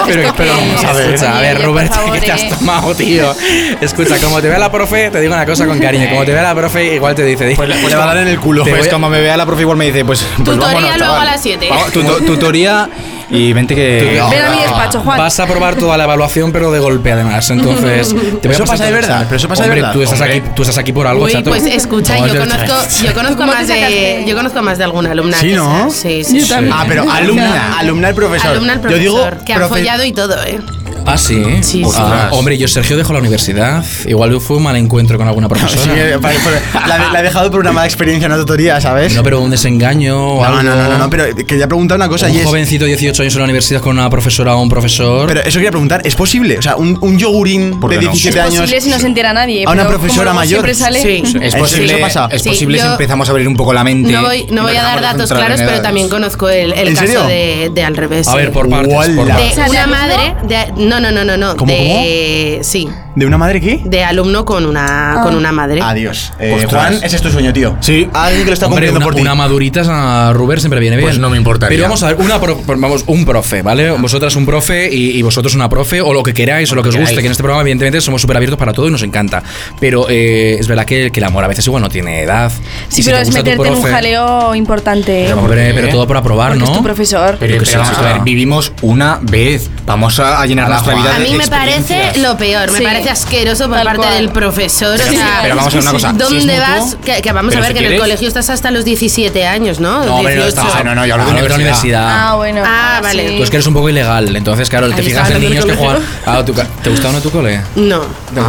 Pero, pero vamos a ver. Escucha, a ver, Roberto,
favor,
¿qué te
eh.
has tomado, tío? Escucha, como te vea la profe, te digo una cosa con cariño. Como te vea la profe, igual te dice. Pues,
le va a dar en el culo. Pues como me vea la profe, igual me dice, pues. pues
Tutoría
vámonos,
luego
chaval.
a las 7.
Vamos, tuto- tutoría y vente que.
Ven a mi despacho, Juan.
Vas a probar toda la evaluación, pero de golpe además. Entonces,
(laughs)
te voy a pasar
Eso pasa de
todo el
verdad,
examen.
pero eso pasa de
Hombre,
verdad.
Tú estás,
Hombre.
aquí, tú estás aquí por algo,
Uy,
chato.
pues escucha,
No,
yo
yo-
conozco, yo conozco
¿Cómo te
más de,
sacaste?
yo conozco más de alguna alumna.
Sí,
que
¿no?
sea- Sí, sí.
Yo también. Ah, pero
(laughs)
alumna, alumna al profesor.
Alumna al
Yo digo
profesor, que han
profe-
follado y todo, ¿eh?
Ah, sí.
Sí, sí.
Ah, hombre, yo Sergio dejó la universidad. Igual fue un mal encuentro con alguna profesora.
Sí, eh, pa- pa- la, de- la he dejado por una mala experiencia en la tutoría, ¿sabes?
No, pero un desengaño o
No,
algo.
no, no, no, no, pero quería preguntar una cosa
un
y es.
jovencito de 18 años en la universidad con una profesora o un profesor.
Pero eso quería preguntar, ¿es posible? O sea, un, un yogurín de
qué no?
17
es
años.
posible si no se entera nadie.
a una
pero como
profesora
luego
mayor.
Siempre sale.
Es
¿Eso-
posible,
eso pasa?
Es
Sí,
posible si
yo-
empezamos a abrir un poco la mente.
No voy, no voy a dar datos claros, pero también conozco el, el
¿En serio?
caso de, de al revés.
A
sí.
ver, por partes, por
Uala.
De
partes.
una madre. De, no, no, no, no. no
¿Cómo,
de, Sí.
¿De una madre qué?
De alumno con una,
Ah.
con una madre.
Adiós. Eh,
Ostras.
Juan, ese es tu sueño, tío.
Sí.
Alguien que lo está
Hombre,
cumpliendo
una,
por ti.
una maduritas a Ruber siempre viene bien.
Pues no me importaría.
Pero vamos a ver, una pro- por- vamos, un profe, ¿vale?
Ah.
Vosotras un profe y, y vosotros una profe, o lo que queráis, o lo que os guste,
queráis.
que en este programa, evidentemente, somos súper abiertos para todo y nos encanta. Pero eh, es verdad que, que el amor a veces igual no tiene edad.
Sí,
Y si
pero
te
es
gusta tu
meterte en un
profe-
jaleo importante. ¿Eh?
Pero, hombre, pero todo por aprobar,
Porque es tu
¿no?
profesor.
Pero,
que sí,
vamos
sí,
a ver,
claro.
vivimos una vez. Vamos a, a llenar nuestra vida
A
de
mí me parece
experiencias.
lo peor, me
Sí.
parece asqueroso por
Tal
parte
cual.
del profesor.
Pero-
o sea,
pero vamos a ver una cosa, si es
¿Dónde
mutuo-
vas? Que, que vamos a
Pero
ver,
si
que en el
quieres-
colegio estás hasta los 17 años, Ah, ¿no?
No, hombre, no está. No, no, yo hablo de universidad.
Ah, bueno.
Ah, vale.
Pues
Tú es que eres un poco ilegal, entonces, claro, te
Ahí
fijas
está,
en
no me
niños que
conoce.
juegan. Ah, ¿tú ca- ¿Te gusta o no tu cole?
No.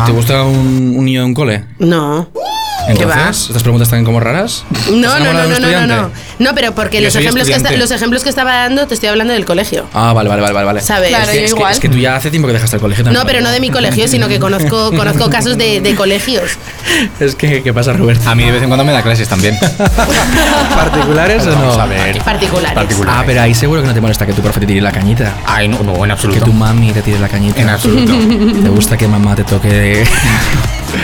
¿Te gusta un, un niño de un cole?
No.
Entonces, estas preguntas están como raras.
No,
¿Estás
no,
enamorada
no,
Pues de
no,
un
no, no.
estudiante?
No, pero porque
Yo
los
soy
ejemplos, que esta-
estudiante.
los ejemplos que estaba dando te estoy hablando del colegio.
Ah, vale, vale, vale, vale. vale.
¿Sabes? Claro,
es que,
yo
es que-
igual.
es que tú ya hace tiempo que dejaste el colegio también.
No, pero no de mi
(laughs)
colegio, sino que conozco, conozco casos de, de colegios.
Es que, ¿qué pasa, Roberto?
A mí de vez en cuando me da clases también.
¿Particulares o no?
Vamos a ver.
Particulares.
Ah, pero ahí seguro que no te molesta que tu profe te tire la cañita.
Ay, no, no, en absoluto.
Que tu mami te tire la cañita.
En absoluto.
(laughs) ¿Te gusta que mamá te toque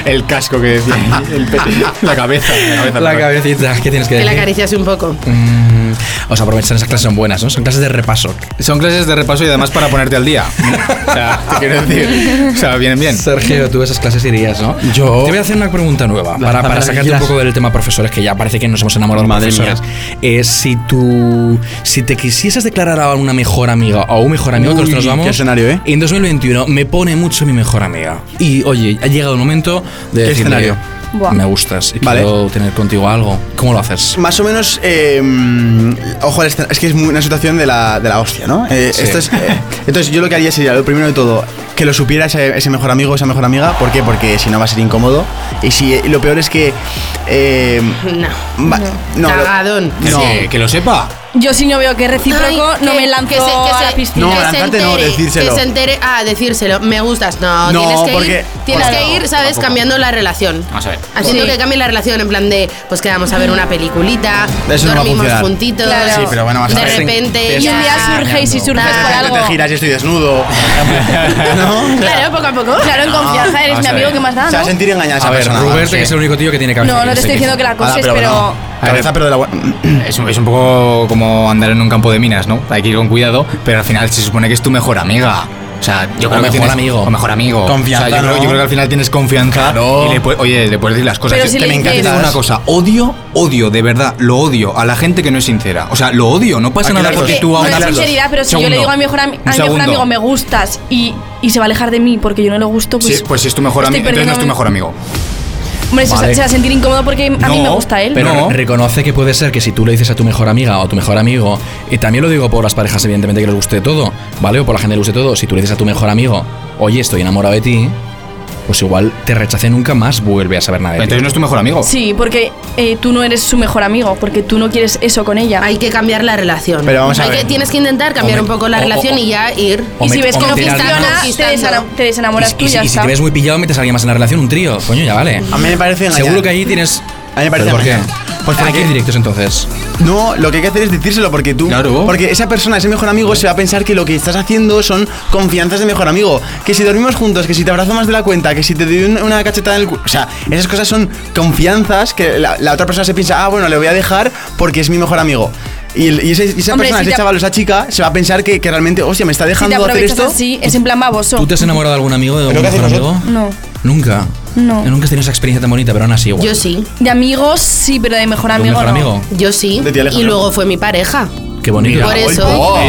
el casco que decía? El pete. (laughs) La cabeza. La, cabeza,
la cabecita? ¿Qué tienes que
Que la
decir?
acariciase un poco.
Mm, o sea, aprovechan esas clases son buenas, ¿no? Son clases de repaso.
Son clases de repaso y además para ponerte al
(laughs)
día. O sea, te quiero decir. O sea, vienen bien.
Sergio, tú esas clases irías, ¿no? Yo. Te voy a hacer una pregunta nueva para, para
palabras
sacarte un
quieras.
poco del tema profesores, que ya parece que nos hemos enamorado de
Madre
profesores. Eh, si tú. Si te quisieses declarar a una mejor amiga o un mejor amigo, que
Uy,
nosotros vamos.
qué escenario, ¿eh?
En 2021 me pone mucho mi mejor amiga. Y oye, ha llegado el momento de
¿Qué
decirle,
escenario? Buah.
Me gustas y
Vale.
quiero tener contigo algo. ¿Cómo lo haces?
Más o menos, eh, mm, ojo al escena- es que es muy- una situación de la, de la hostia, ¿no? Eh,
Sí.
esto es, eh,
(laughs)
entonces yo lo que haría sería, lo primero de todo, que lo supiera ese, ese mejor amigo, esa mejor amiga, ¿por qué? Porque si no va a ser incómodo. Y si eh, lo peor es que... eh,
No.
va- no, lo-
Cagadón.
no.
Que, que lo sepa.
Yo si no veo que es recíproco,
Ay,
no
que-
me lanzo
que se- que
a
se-
la piscina.
No, lanzarte no, decírselo.
Que se entere a decírselo. Me gustas. No,
No,
tienes que
porque-
ir, tienes
porque-
que ir, ¿sabes?
tampoco.
Cambiando la relación.
Vamos a ver.
Haciendo
Sí.
que cambie la relación en plan de, pues quedamos a ver una peliculita,
Eso no va a
dormimos
funcionar.
juntitos.
Claro. Sí, pero bueno, vas a
de
ver.
repente.
Y un
ya-
día surgéis
y surges por
De
algo.
repente te giras y estoy desnudo. ¿No?
Claro, poco a poco.
Claro, en confianza, eres
Vamos
mi
a
amigo
ver.
que más da,
Se va Ah, a
¿no?
sentir engañada esa
A ver,
persona.
Ruberte,
vamos,
que
sí.
es el único tío que tiene cabeza.
No, no te estoy diciendo que la
Ah,
coses,
pero
pero.
Cabeza, pero de la buena.
Es un, es un poco como andar en un campo de minas, ¿no? Hay que ir con cuidado, pero al final se supone que es tu mejor amiga. O sea, yo creo
O
que
mejor
tienes-
amigo.
O mejor amigo.
Confianza,
O sea, yo, creo,
¿no?
yo creo que al final tienes confianza. Y le puedes, oye, le puedes decir las cosas.
Pero si
que
le
me encanta.
dices-
una cosa. Odio, odio, de verdad, lo odio a la gente que no es sincera. O sea, lo odio. No pasa
Aquí
nada
las
porque
dos.
tú a
no
una
es
persona-
sinceridad, pero si yo le
Segundo.
digo a mi mejor, ami- a mi
Un
mejor
segundo.
amigo me gustas y, y se va a alejar de mí porque yo no le gusto, pues.
Sí, pues si es tu mejor
estoy
amigo, entonces no es tu
perdiendo-
mejor amigo.
Hombre, se-
Vale.
se va a sentir incómodo porque a mí me gusta él.
Pero reconoce que puede ser que si tú le dices a tu mejor amiga o tu mejor amigo, y también lo digo por las parejas, evidentemente, que les guste todo, ¿vale? O por la gente que le guste todo, si tú le dices a tu mejor amigo, oye, estoy enamorado de ti, pues igual te rechace y nunca más, vuelve a saber nada de ti.
Entonces no es tu mejor amigo.
Sí, porque eh, tú no eres su mejor amigo, porque tú no quieres eso con ella.
Hay que cambiar la relación.
Pero vamos a
Hay
ver.
que, tienes que intentar cambiar
O me-
un poco la
o- o-
relación y ya ir.
o
Y
me-
si ves
o
que no
me tiras-
funciona, te, desena- te desenamoras
Y,
tú
y
y
si-
ya
y si
está.
te ves muy pillado, metes a alguien más en la relación, un trío, coño, ya vale.
A mí me parece engañar.
Seguro que ahí tienes.
A mí me parece
¿Pero por qué?
engañar. Pues
Hay
porque-
que ir directos entonces.
No, lo que hay que hacer es decírselo porque tú.
Claro.
Porque esa persona, ese mejor amigo, se va a pensar que lo que estás haciendo son confianzas de mejor amigo. Que si dormimos juntos, que si te abrazo más de la cuenta, que si te doy un- una cachetada en el cu- O sea, esas cosas son confianzas que la, la otra persona se piensa, ah, bueno, le voy a dejar porque es mi mejor amigo. Y, el- y ese- y esa
Hombre,
persona,
si
ese
te-
chaval o esa chica, se va a pensar que, que realmente, hostia, me está
Si te
dejando hacer
aprovechas
esto.
así, es en plan baboso.
¿Tú te has enamorado de algún amigo, de algún mejor amigo?
No,
Nunca.
no.
Nunca has tenido esa experiencia tan bonita, pero aún así, igual.
Yo sí.
De amigos sí, pero de mejor
¿De un
amigo
mejor
no.
amigo?
Yo sí.
De ti,
Y
Alejandro.
luego fue mi pareja.
Qué bonito.
por eso.
¿eh?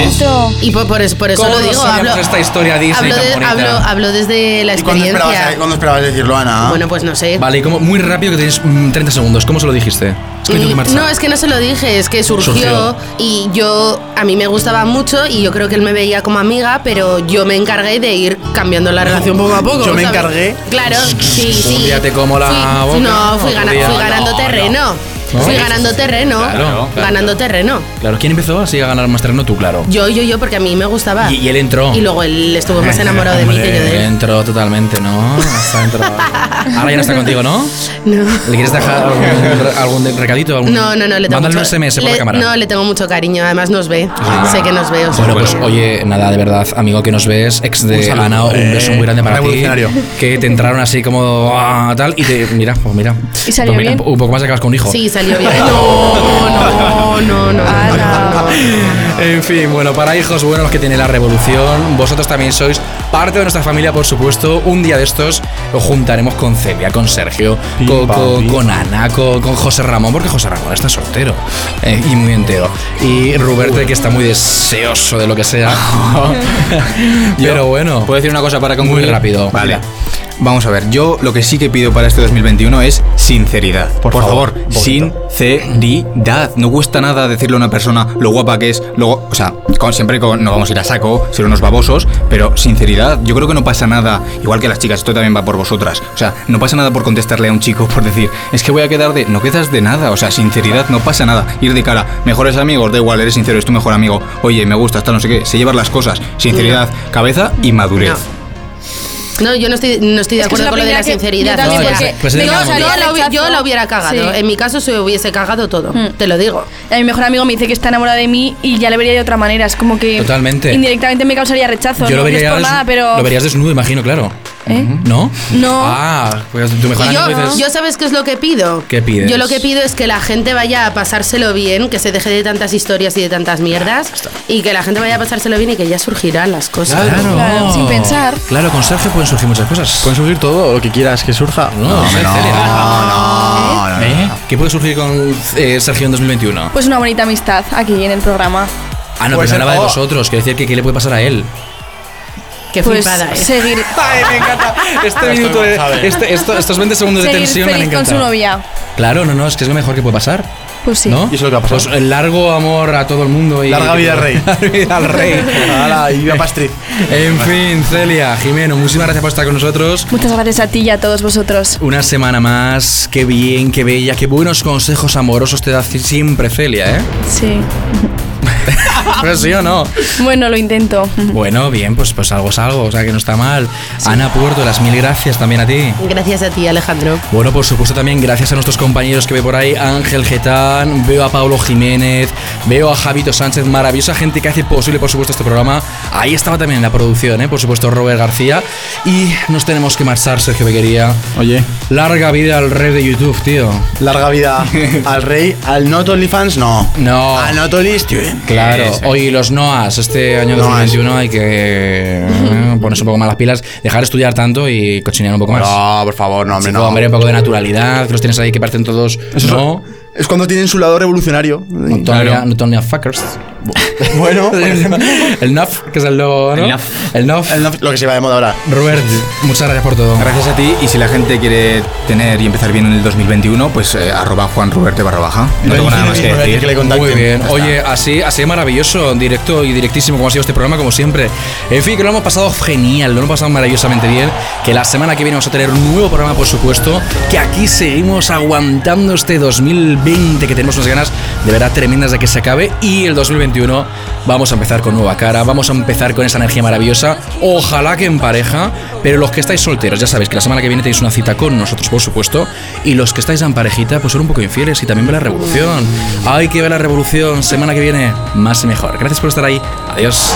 Y por, por eso, por eso
¿Cómo
lo
no
digo.
sabíamos
Hablo,
esta historia Disney
hablo,
tan
de-
bonita?
hablo- hablo desde la
¿Y cuándo
experiencia.
esperabas, cuándo esperabas decirlo, Ana?
Bueno, pues no sé.
Vale, y como muy rápido que tienes mm, 30 segundos, ¿cómo se lo dijiste? Es que me tengo que
Mm,
marchar.
No, es que no se lo dije, es que surgió,
Surgió.
y yo, a mí me gustaba mucho y yo creo que él me veía como amiga, pero yo me encargué de ir cambiando la relación poco a poco.
Yo me
¿sabes?
encargué.
Claro, sí, sí.
Un día te como la
Fui-
boca,
no, fui,
otro
gana-
día
fui
no,
ganando
no.
terreno.
¿No?
Fui ganando terreno.
Claro, claro,
ganando terreno.
Claro, ¿quién empezó así a ganar más terreno? Tú, claro.
Yo, yo, yo, porque a mí me gustaba.
Y, y él entró.
Y luego él estuvo
(laughs)
más enamorado de mí que yo de
Él (laughs)
él.
entró totalmente, ¿no? Está entrado. Ahora ya no está contigo, ¿no?
No.
¿Le quieres dejar algún, re- algún recadito? Algún...
No, no, no, le tengo
Mándale
mucho
un SMS por
le-
la cámara.
No, le tengo mucho cariño, además nos ve. Sé que nos ve. o sea
Bueno,
que-
pues oye, nada, de verdad, amigo que nos ves, ex
Un
de
saludo.
Ana, un
Eh,
beso muy grande para ti.
revolucionario.
Que te entraron así como ah, tal y te. Mira, pues mira.
¿Y salió
Pues mira,
bien?
Un poco más acabas con un hijo.
Sí, salió (laughs) bien. No, no, no, no.
En fin, bueno, para hijos buenos los que tiene la revolución, vosotros también sois parte de nuestra familia, por supuesto. Un día de estos lo juntaremos con Celia, con Sergio, co-
pam,
co-
pim.
con Ana, co- con José Ramón, porque José Ramón está soltero eh, y muy entero. Y Ruberte, que está muy deseoso
(laughs)
de lo que sea. Pero bueno,
¿Puedo decir una cosa para concluir?
muy rápido.
Vale. Vamos a ver, yo lo que sí que pido para este 2021 es sinceridad. Por, favor, sinceridad. No cuesta nada decirle a una persona lo guapa que es, luego, o sea, con- siempre con, no vamos a ir a saco, ser unos babosos, pero sinceridad, yo creo que no pasa nada, igual que las chicas, esto también va por vosotras. O sea, no pasa nada por contestarle a un chico, por decir, es que voy a quedar de, no quedas de nada, o sea, sinceridad, no pasa nada. Ir de cara, mejores amigos, da igual, eres sincero, es tu mejor amigo, oye, me gusta, tal, no sé qué, sé llevar las cosas, sinceridad, cabeza y madurez.
No, yo no estoy, no estoy de
Es que es
acuerdo
una
con lo de
opinión
la
que-
sinceridad.
yo también, No, porque pues- pues
yo,
es una
yo
opinión.
la, hubi- yo la hubiera cagado.
Sí. Mm.
En mi caso se hubiese cagado todo. Te lo digo.
A mi mejor amigo me dice que está enamorado de mí y ya le vería de otra manera. Es como que.
Totalmente.
Indirectamente me causaría rechazo. no,
Yo lo vería
no es por
des-
nada, pero.
Lo verías desnudo, imagino, claro.
¿Eh?
¿No?
No.
Ah, pues tu mejor
Y
amigo
yo,
dices.
yo sabes qué es lo que pido.
¿Qué pides?
Yo lo que pido es que la gente vaya a pasárselo bien, que se deje de tantas historias y de tantas mierdas y que la gente vaya a pasárselo bien y que ya surgirán las cosas.
Claro. Claro, con Sergio pueden surgir muchas cosas. Pueden
surgir todo lo que quieras que surja.
No, no, no, ¿Eh? ¿Qué puede surgir con eh, Sergio en 2021?
Pues una bonita amistad aquí en el programa.
Ah, no,
Puede
pero
ser-
no hablaba de
oh.
vosotros. Quiero decir que qué le puede pasar a él.
Qué
pues
flipada, ¿eh?
Seguir.
Ay, me encanta. Este minuto de- este- esto- estos 20 segundos de
Seguir
tensión me han
feliz con su
encantado.
novia.
Claro, no, no, es que es lo mejor que puede pasar.
Pues sí.
¿No?
Y eso es lo que va a pasar.
Pues el largo amor a todo el mundo y.
Larga vida al rey.
(laughs) Larga vida al rey.
(laughs) Hala, y viva Pastriz.
En fin, Celia, Jimeno, muchísimas gracias por estar con nosotros.
Muchas gracias a ti y a todos vosotros.
Una semana más, qué bien, qué bella, qué buenos consejos amorosos te da siempre
(laughs)
Celia, ¿eh?
Sí.
Pero sí o no.
Bueno, lo intento.
Bueno, bien, pues, pues algo es algo, o sea que no está mal. Ana Puerto, las mil gracias también a ti.
Gracias a ti, Alejandro.
Bueno, por supuesto también gracias a nuestros compañeros que veo por ahí, Ángel Getán, veo a Pablo Jiménez, veo a Javito Sánchez, maravillosa gente que hace posible, por supuesto, este programa. Ahí estaba también la producción, ¿eh? por supuesto, Robert García. Y nos tenemos que marchar, Sergio Bequería.
Oye.
Larga vida al rey de YouTube, tío.
Larga vida al rey, al Not Only Fans, no.
No.
Al Not Only Steven.
Claro,
Sí, sí.
hoy los NOAS, este año
Noas.
2021 hay
(laughs)
que eh, ponerse un poco más las pilas, dejar de estudiar tanto y cochinear un poco más.
No, por favor, no, hombre,
Chico,
no.
hombre, un poco de naturalidad, que los tienes ahí que parecen todos. no,
Es cuando tienen su lado revolucionario.
no Tonya- no Tonya fuckers.
Bueno, por ejemplo.
(laughs)
el NAF, que es el logo, ¿no?
El
El NAF.
lo que se va de moda ahora.
Robert, muchas gracias por todo.
Gracias a ti y si la gente quiere tener y empezar bien en el 2021, pues eh, arroba juanroberte barra baja. No tengo nada más que decir.
Muy bien. Oye, así, así de maravilloso, directo y directísimo como ha sido este programa, como siempre. En fin, que lo hemos pasado genial, lo hemos pasado maravillosamente bien. Que la semana que viene vamos a tener un nuevo programa, por supuesto. Que aquí seguimos aguantando este 2020, que tenemos unas ganas de verdad tremendas de que se acabe. Y el 2021 vamos a empezar con nueva cara, vamos a empezar con esa energía maravillosa. Ojalá que en pareja, pero los que estáis solteros, ya sabéis que la semana que viene tenéis una cita con nosotros, por supuesto. Y los que estáis en parejita, pues son un poco infieles y también ve la revolución. Hay que ver la revolución. Semana que viene, más y mejor. Gracias por estar ahí. Adiós.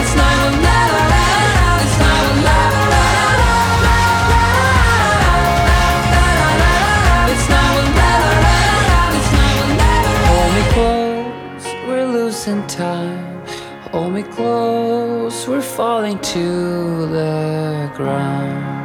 It's not a la la la la. It's not a la la la la. It's not a la la la la. It's not a la la la.
Hold me close, we're losing time. Hold me close, we're falling to the ground.